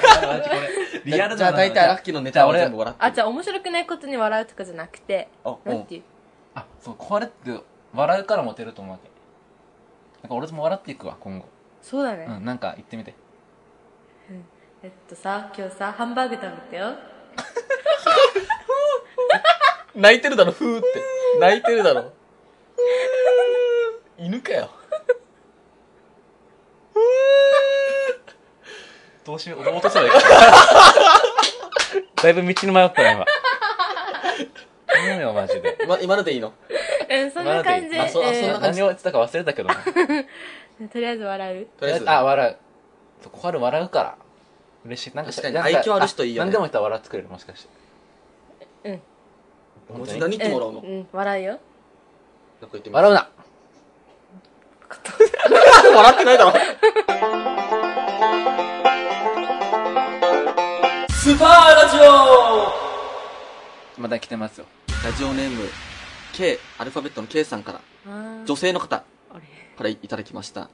S2: リアル
S1: じゃあ
S2: だな
S1: 大体ラッキーのネタは
S2: じゃあ
S1: 全部笑って。
S3: あ、じゃあ面白くないことに笑うとかじゃなくて、
S1: あ、う
S3: なん
S1: ん
S3: て。いう。
S2: あ、そう、これって笑うからモテると思うわけ。なんか俺も笑っていくわ、今後。
S3: そうだね。
S2: うん、なんか言ってみて。
S3: えっとさ、今日さ、ハンバーグ食べたよ。
S1: 泣いてるだろ、ふーって。泣いてるだろ。 犬かよ。
S2: どうしよう、落とそうだよ。だいぶ道に迷ったな、今。何よ、マジで。
S1: ま、今のでいいの
S3: うん、そんな感じ。
S1: まあそう
S3: うん
S1: そんな感じ
S2: 何を言ってたか忘れたけども。
S3: とりあえず笑う。
S1: とりあえず。
S2: あ、笑う。小春笑うから。嬉しい。なんか
S1: 確かに
S2: なん
S1: 愛嬌ある人いいよね
S2: 何でも言ったら笑ってくれる、もしかして。
S3: うん
S1: も
S2: 本
S1: う
S2: 当
S1: ちょっ
S2: に。
S1: と何言ってもらうの
S3: んうん、笑うよ。
S1: なんか言ってみ
S2: 笑うな
S1: う。笑ってないだろ。
S4: スパーラジオ
S2: また来てますよ。
S1: ラジオネーム、K、アルファベットの K さんから、
S3: あ
S1: 女性の方
S3: あれ。
S1: からいただきました。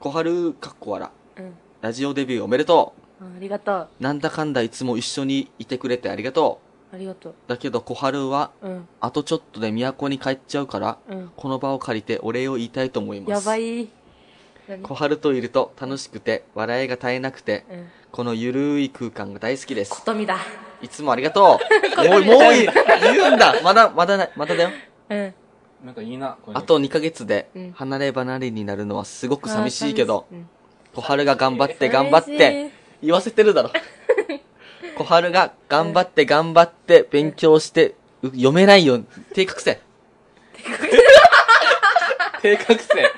S1: 小春かっこわら、
S3: うん。
S1: ラジオデビューおめでと
S3: あありがとう。
S1: う。なんだかんだいつも一緒にいてくれてありがと
S3: ありがとう。
S1: う。だけど小春は、
S3: うん。
S1: あとちょっとで都に帰っちゃうから、
S3: うん。
S1: この場を借りてお礼を言いたいと思います。
S3: やばい。何
S1: 小春といると楽しくて、笑いが絶えなくて、
S3: うん。
S1: このゆるい空間が大好きです
S3: こ。とみだ。
S1: いつもありがとう。もう、もういい言うんだ。まだ、まだない、まだだよ。
S3: うん。
S2: なんかいいな、こういうの
S1: あ、と2ヶ月で
S3: うん、
S1: 離れ離れになるのはすごく寂しいけど
S3: あ、ー。寂
S1: 小春が頑張っ
S3: してい
S1: 頑張っ。
S3: 寂
S1: て、
S3: し
S1: 言わせてる だろ。小春が頑張って頑張って勉強して、う読めないよ。低覚醒。
S2: 低覚醒。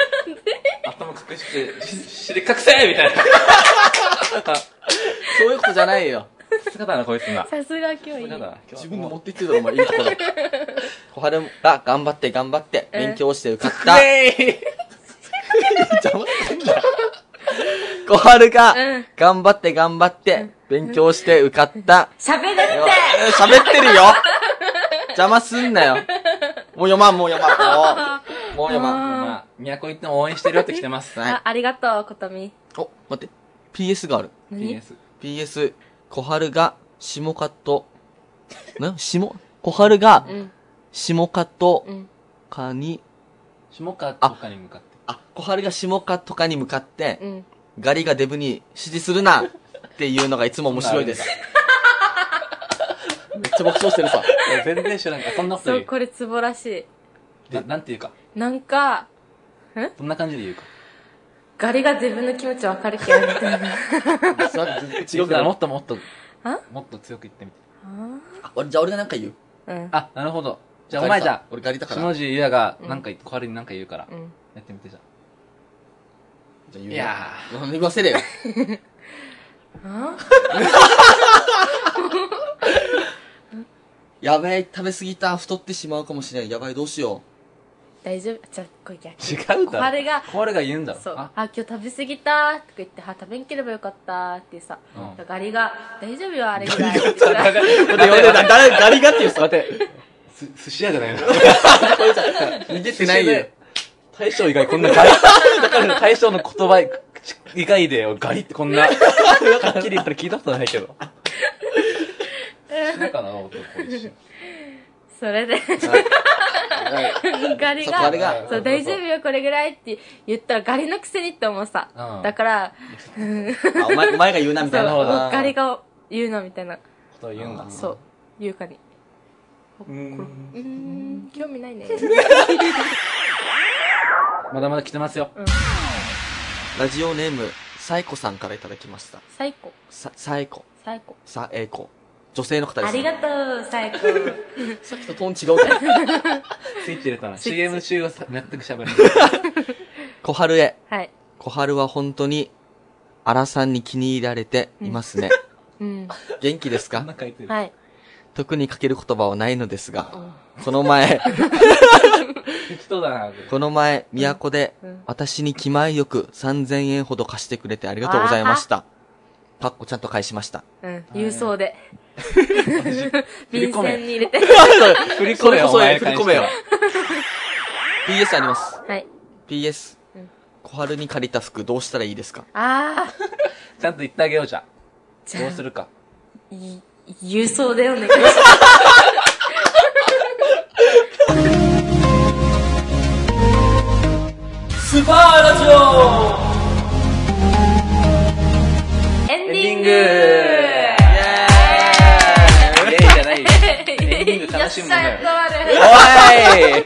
S2: 頭隠して、し尻覚醒みたいな。
S1: そういうことじゃないよ。
S2: さすがだな、こいつ今。
S3: いさすが今日い
S2: さす
S3: い。
S2: がだな
S1: 自分で持ってきてるだろ、お前。いいところ。小春が頑張って頑張って勉強して受かった。邪魔すんな 小春が
S3: うん
S1: 頑張って頑張って勉強して受かった。
S3: 喋るって
S1: よ喋ってるよ邪魔すんなよもう読まん、もう読まん。もう、もう読まん。
S2: まあ、都行っても応援してるよって来て ます。
S1: はい
S3: あ、ありがとう、ことみ。
S1: お、待って。PS がある。
S3: 何
S2: PS。
S1: PS、小春が下カット、な、下、小春が
S3: うん。
S1: 下カット
S3: うん。
S1: かに、
S2: 下川とかに向かって。
S1: あ、小春が下カットかに向かって、
S3: うん。
S1: ガリがデブに指示するなっていうのがいつも面白いです。めっちゃ爆笑してるさ。
S2: いや全然知らんから、そんなこと
S3: そ
S2: 言
S3: う、
S2: う
S3: これツボらし
S2: な。なんていうか、
S3: い。なんか、
S2: どんな感じで言うか。
S3: ガリが自分の気持ちわかるけど、みた
S2: だ
S1: 違う
S3: いな。
S1: から
S2: も
S1: ら。
S2: っともっと
S3: あ、
S2: もっと強く言ってみて。
S1: あ俺じゃあ俺がなんか言う。
S3: うん。
S2: あ、なるほど。じゃあお前じゃ
S1: 俺ガリだ
S2: あ、
S1: から。
S2: 下
S1: じゃ
S2: 地優也が、なんか、小春になんか言うから、
S3: う
S2: や
S3: ん。
S2: ってみてじゃあ。
S1: あ言うよ。
S2: いや
S1: なんで言わ せれよ。
S3: あ
S1: やべえ、食べ過ぎた。太ってしまうかもしれない。やばい、どうしよ
S3: 大丈夫じゃあ、これ逆。
S2: 違うだろ。
S3: 小春が
S2: 小春が言うんだろ。
S3: そう。あ
S2: あ、、
S3: 今日食べ過ぎたーとか言って、あ、食べんければよかったーってさ、
S2: うん
S3: ガリが、大丈夫よ、あれぐらい。って言って
S1: う。待って、待って、誰、ガリがって言うさ。待って。
S2: す、寿司屋じゃないの
S1: 逃げてないよ。
S2: 大将以外こんなガリ。だから大将の言葉口以外でガリってこんな、はっきり言ったら聞いたことないけど。死ぬかな、男一瞬。
S3: それで、ガリ
S1: そうガリ
S3: が
S1: が、
S3: そう、大丈夫よ、これぐらいって言ったら、ガリのくせにって思うさ。
S2: うん
S3: だから、
S1: あお前、お前が言うな、みたいな。
S2: そうなるほ
S3: ガリが言うのみたいな。
S2: ことを言うんだ。
S3: そう、優香に。
S2: うーん。
S3: うーん、興味ないね。
S2: まだまだ来てますよ。
S1: ラジオネーム、サイコさんからいただきました。
S3: 最高、
S1: さ、サエコ。
S3: 最高。
S1: サエコ。女性の方です。
S3: ありがとう、最高。
S1: さっきとトーン違うから。
S2: スイッチ入れたな。
S3: スイッチ
S2: CM 中はさ全く喋らな い。
S1: 小春へ。
S3: はい。
S1: 小春は本当に、アラさんに気に入られていま すね。
S3: うん。
S1: 元気です
S2: こんな
S1: か
S2: 書いてる。
S3: はい。
S1: 特にかける言葉はないのですが、こ の前、
S2: 適当だな。
S1: この前、都で
S3: うん、
S1: 私に気前よく3000円ほど貸してくれてありがとうございました。かっこちゃんと返しました。
S3: うん。郵送で。
S2: り
S3: 便
S2: 込め
S3: 箋に入れて。
S2: 振り
S1: それこそ振り
S2: 返し
S1: 込
S2: て
S1: めよ。PS あります。
S3: はい。
S1: PS
S3: うん。
S1: 小春に借りた服どうしたらいいですか
S3: あ
S2: ちゃんと言ってあげようじゃ
S3: じ
S2: あ。
S3: ゃあ
S2: どうするか。
S3: あ、い郵送でお願いします。
S4: スパーラジオ
S3: エンディン
S2: エンディング
S3: グ
S2: イエーイじゃないよ。エンディング楽
S1: 最新
S3: ち
S1: 聞
S3: ょっ
S1: だ
S3: と
S1: よ。
S3: 悪い。
S2: お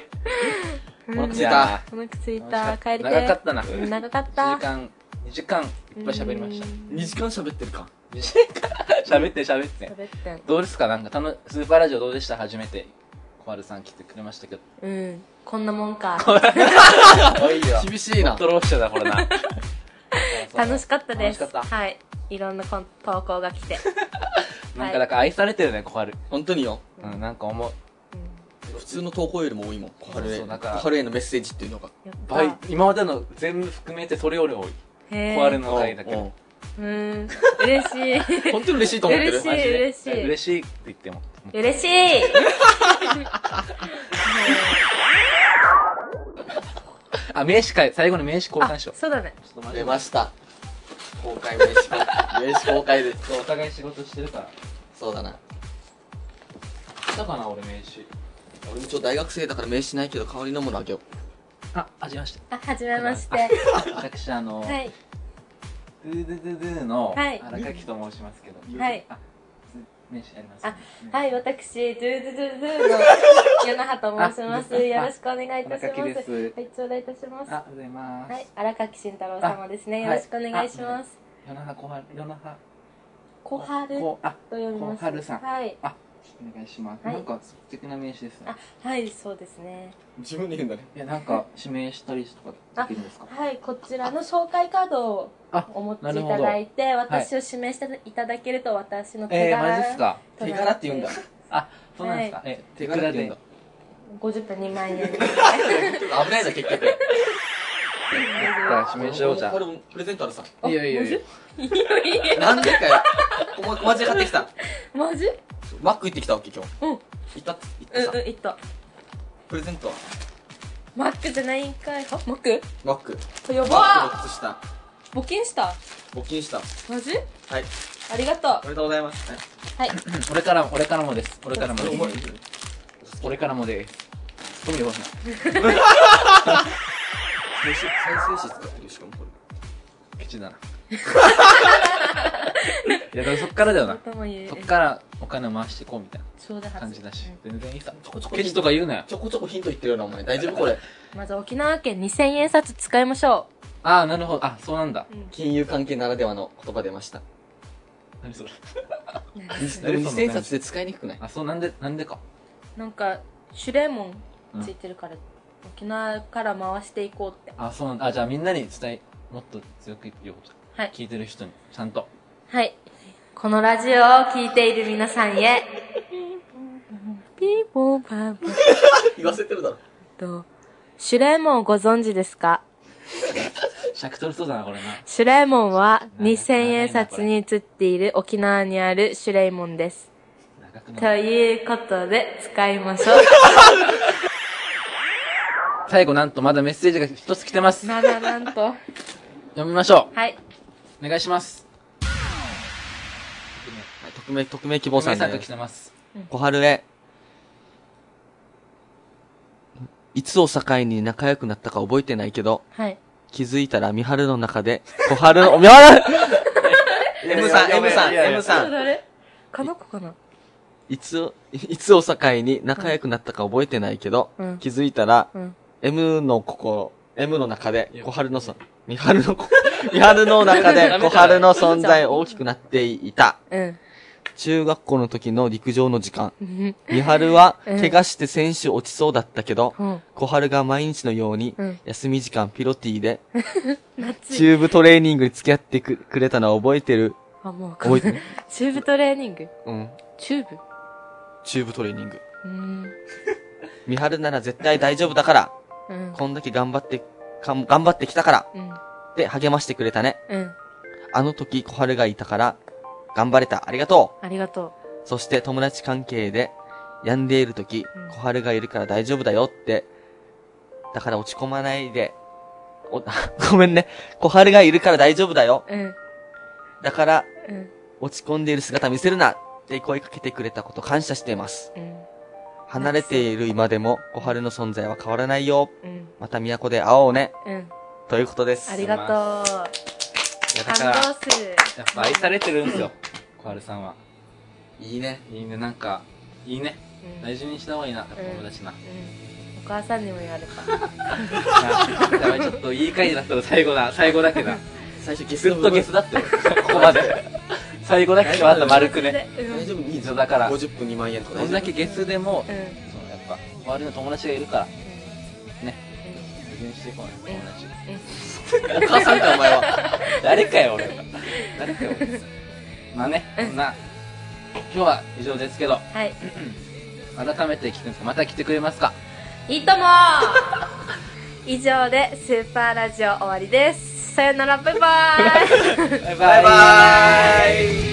S2: い
S1: お腹
S2: お
S1: すいた。
S3: お腹ついた。帰りて。
S2: 長かったな。1時
S3: 長かった。
S2: 間、2時間、いっぱい喋りました。
S1: 2時間喋ってるか。
S2: 2時間、喋って喋って。
S3: 喋ってん。
S2: どうですかなんか、たの、スーパーラジオどうでした初めて、小春さん来てくれましたけど。
S3: うん。こんなも んか。
S2: おいよ。
S1: 厳しいな。
S2: ドローしただ、これ な。
S3: 楽しかったです。
S2: 楽しかっ
S3: はい。いろんなこん投稿が来て。
S2: た。なんか、なんか愛されてるね、小春。
S1: 本当によ。
S2: うん、なんか思う。
S1: 普通の投稿よりも多いもん。小春へ。
S2: そうなん
S1: 小
S2: か
S1: 春へのメッセージっていうのが。
S3: やった
S2: 倍、今までの全部含めてそれより多い。
S3: へー
S2: 小春の回だけ
S1: う
S2: ど
S1: ん。
S3: うん。嬉しい。
S1: 本当に嬉しいと思ってる。
S3: 嬉しい
S1: マジで
S3: 嬉しい
S2: 嬉しいって言っても。
S3: 嬉しい
S2: あ、名刺会、最後に名刺交換
S3: あ、
S2: しよう。
S3: そうだね。
S2: ちょっと待っ
S1: 出
S2: て。
S1: ました。公開名刺公開。名刺公開です。
S2: お互い仕事してるから。
S1: そうだな。
S2: 来たかな、俺名刺。
S1: 俺もちょっと大学生だから名刺ないけど代わりのものあげよう。
S2: あ、はじめまして。
S3: あ、はじめまして。
S2: 私、あの、
S3: はい。
S2: ドゥドゥドゥドゥの
S3: はい
S2: 荒垣と申しますけど。
S3: はい
S2: あ、名刺あります。
S3: あ、はい、私、ドゥドゥドゥドゥの柳葉と申します。
S2: あ
S3: よろしくお願いいたします。
S2: 荒垣です
S3: はい、頂戴いたします。
S2: あ
S3: は、
S2: ございます。
S3: い、荒垣慎太郎様ですね。
S2: あ
S3: よろしくお願いし
S2: はい
S3: ま
S2: あ
S3: す。
S2: ヨナハコハル、ヨナハ。
S3: 小春と
S2: こうあ、
S3: 読みます。
S2: 小春さん
S3: はい。
S2: あ、お願いします。
S3: はい
S2: なんか素敵な名刺ですね
S3: あ。、はい、そうですね。
S1: 自分で言うんだね。
S2: いや、なんか指名したりとかできるんですか。
S3: はい、こちらの紹介カードを
S2: あ
S3: お持ちい
S2: なるほど
S3: ただいて、私を指名していただけると、私の手
S2: えー、
S3: 柄、
S2: マジですか。
S1: 手柄って言うんだ。
S2: あ、そうなんですか。え、手
S1: 手
S2: く
S1: 柄
S2: ら
S1: って言
S2: で
S1: うんだ。。
S3: 50分2万円で。
S1: 危ないな、結局。
S2: あ指名しようじゃん。
S1: これもプレゼントあるさ。
S2: いやいやいや。
S3: いいよ、いいよ。
S1: なんでかよ。こま、こまじ買ってきた。
S3: マジ
S1: マック行ってきたわけ、今日。
S3: うん。う
S1: 行ったっつ、行った
S3: ん、う
S1: さ。
S3: ん、いった。
S1: プレゼントは、
S3: マックじゃないんかい。あ、マック
S1: マック。
S3: や
S1: マック
S3: ば
S1: の靴下、
S3: 募金した
S1: 募金した。は
S3: マジ
S1: い。
S3: ありがとう
S1: おめでとうございます。はい
S3: はい
S2: 俺から、俺からもです。俺からも
S1: これ
S2: で
S1: 重い
S2: す。俺からもです。富山さん。
S1: 再生紙使ってるしかもこれ。
S2: ケチだな。いや、でもそっからだよな。
S3: とも言う
S2: そっからお金回していこうみたい
S3: そうだ
S2: な
S3: は
S2: 感じ
S3: ず
S2: だし。全然いいさ。
S1: こちょこ
S2: ケチとか言うなよ。
S1: ちょこちょこヒント言ってるよな、お前。大丈夫これ。
S3: まず沖縄県2000円札使いましょ
S2: ああ、なるほど。あ、そうなんだ。
S1: 金融関係ならではの言葉出ました。
S2: 何それ。
S3: う
S2: な
S1: で
S2: るほ
S1: も
S2: ど
S1: 2000冊で使いにくくない
S2: あ、そう、なんで、なんでか。
S3: なんかシュレーモンついてるから、沖縄から回していこうって
S2: あ、そうなんだ。あ、じゃあみんなに伝え、もっと強く言おうと。
S3: はい
S2: 聞いてる人に、ちゃんと。
S3: はいこのラジオを聞いている皆さんへ ピーポーパーポー
S1: 言わせてるだろ。
S3: とシュレーモンをご存知ですか
S2: 尺取りそうだな、これな。
S3: シュレーモンは2000円札に写っている沖縄にあるシュレーモンです
S2: 長く
S3: と
S2: なる。
S3: いうことで使いましょう
S2: 最後、なんとまだメッセージが一つ来てます。
S3: まだなんと。
S2: 読みましょ
S3: はい。
S2: う。お願いします。
S1: はい匿名、匿名希
S2: お
S1: 望さ
S2: さ
S1: ん
S2: んが
S1: ね
S2: 来。てます。
S1: 小春へ。いつを境に仲良くなったか覚えてないけど、
S3: はい。
S1: 気づいたら、三春の中で、小春 の、おみはる M さん、M さん、M さん。
S3: 誰かの子かない
S1: つを、 いつを境に仲良くなったか覚えてないけど、
S3: うん
S1: 気づいたら、
S3: うん
S1: M の心、M の中で、小春のそ、三春のこ、三春の中 で、小春の存在大きくなっていた。
S3: うん。
S1: 中学校の時の陸上の時間。
S3: うん。
S1: 三春は、
S3: うん
S1: 怪我して選手落ちそうだったけど、
S3: うん
S1: 小春が毎日のように、
S3: うん
S1: 休み時間ピロティ で、
S3: 夏
S1: チューブトレーニングに付き合ってくくれたのは覚えてる。
S3: あ、もうわかんな
S1: 覚
S3: い
S1: えて る
S3: チューブトレーニング。
S1: うん。
S3: チューブ
S1: チューブトレーニング。
S3: うーん。
S1: 三春なら絶対大丈夫だから、
S3: うん。
S1: こんだけ頑張って、かん頑張ってきたから、
S3: うん。
S1: って励ましてくれたね。
S3: うん。
S1: あの時小春がいたから、頑張れた。ありがと
S3: ありがと
S1: う。そして友達関係で、病んでいる時
S3: うん、
S1: 小春がいるから大丈夫だよって。だから落ち込まないで、お、 ごめんね。小春がいるから大丈夫だよ。
S3: う。うん。
S1: だから、
S3: うん。
S1: 落ち込んでいる姿見せるなって声かけてくれたこと感謝しています。
S3: うん。
S1: 離れている今でも、小春の存在は変わらないよ。
S3: うん。
S1: また都で会おうね。
S3: うん。
S1: ということです。
S3: ありがとう。
S2: いや、だから、
S3: 感動
S2: や
S3: する。
S2: っぱ愛されてるんですよ。小春さんは。
S1: いいね。
S2: いいね、なんか、いいね。
S3: うん
S2: 大事にした方がいいな、やっぱ友達な。
S3: うんお母さんにも言われた
S2: なやばい、ちょっといい回になったら最後だ、最後だけだ。
S1: 最初ゲス
S2: ずっ
S1: の部
S2: と
S1: 分
S2: ゲスだって、ここまで。最後だけまた丸くね。
S3: うん
S1: 大丈夫人数
S2: だから
S1: 50分2万円とか
S2: どんだけゲスでも
S3: う、ん
S2: そのやっぱ、周りの友達がいるから、ね。
S3: うん
S2: 大事にしていこうね、友達。
S1: お母さんかお前は
S2: 誰かよ、俺は。誰かよ、俺は。まあね、そんな、今日は以上ですけど、
S3: はい
S2: 改めて聞くんですかまた来てくれますか
S3: いいとも以上でスーパーラジオ終わりですさよならバイバイ
S2: バイ
S1: バイバーイ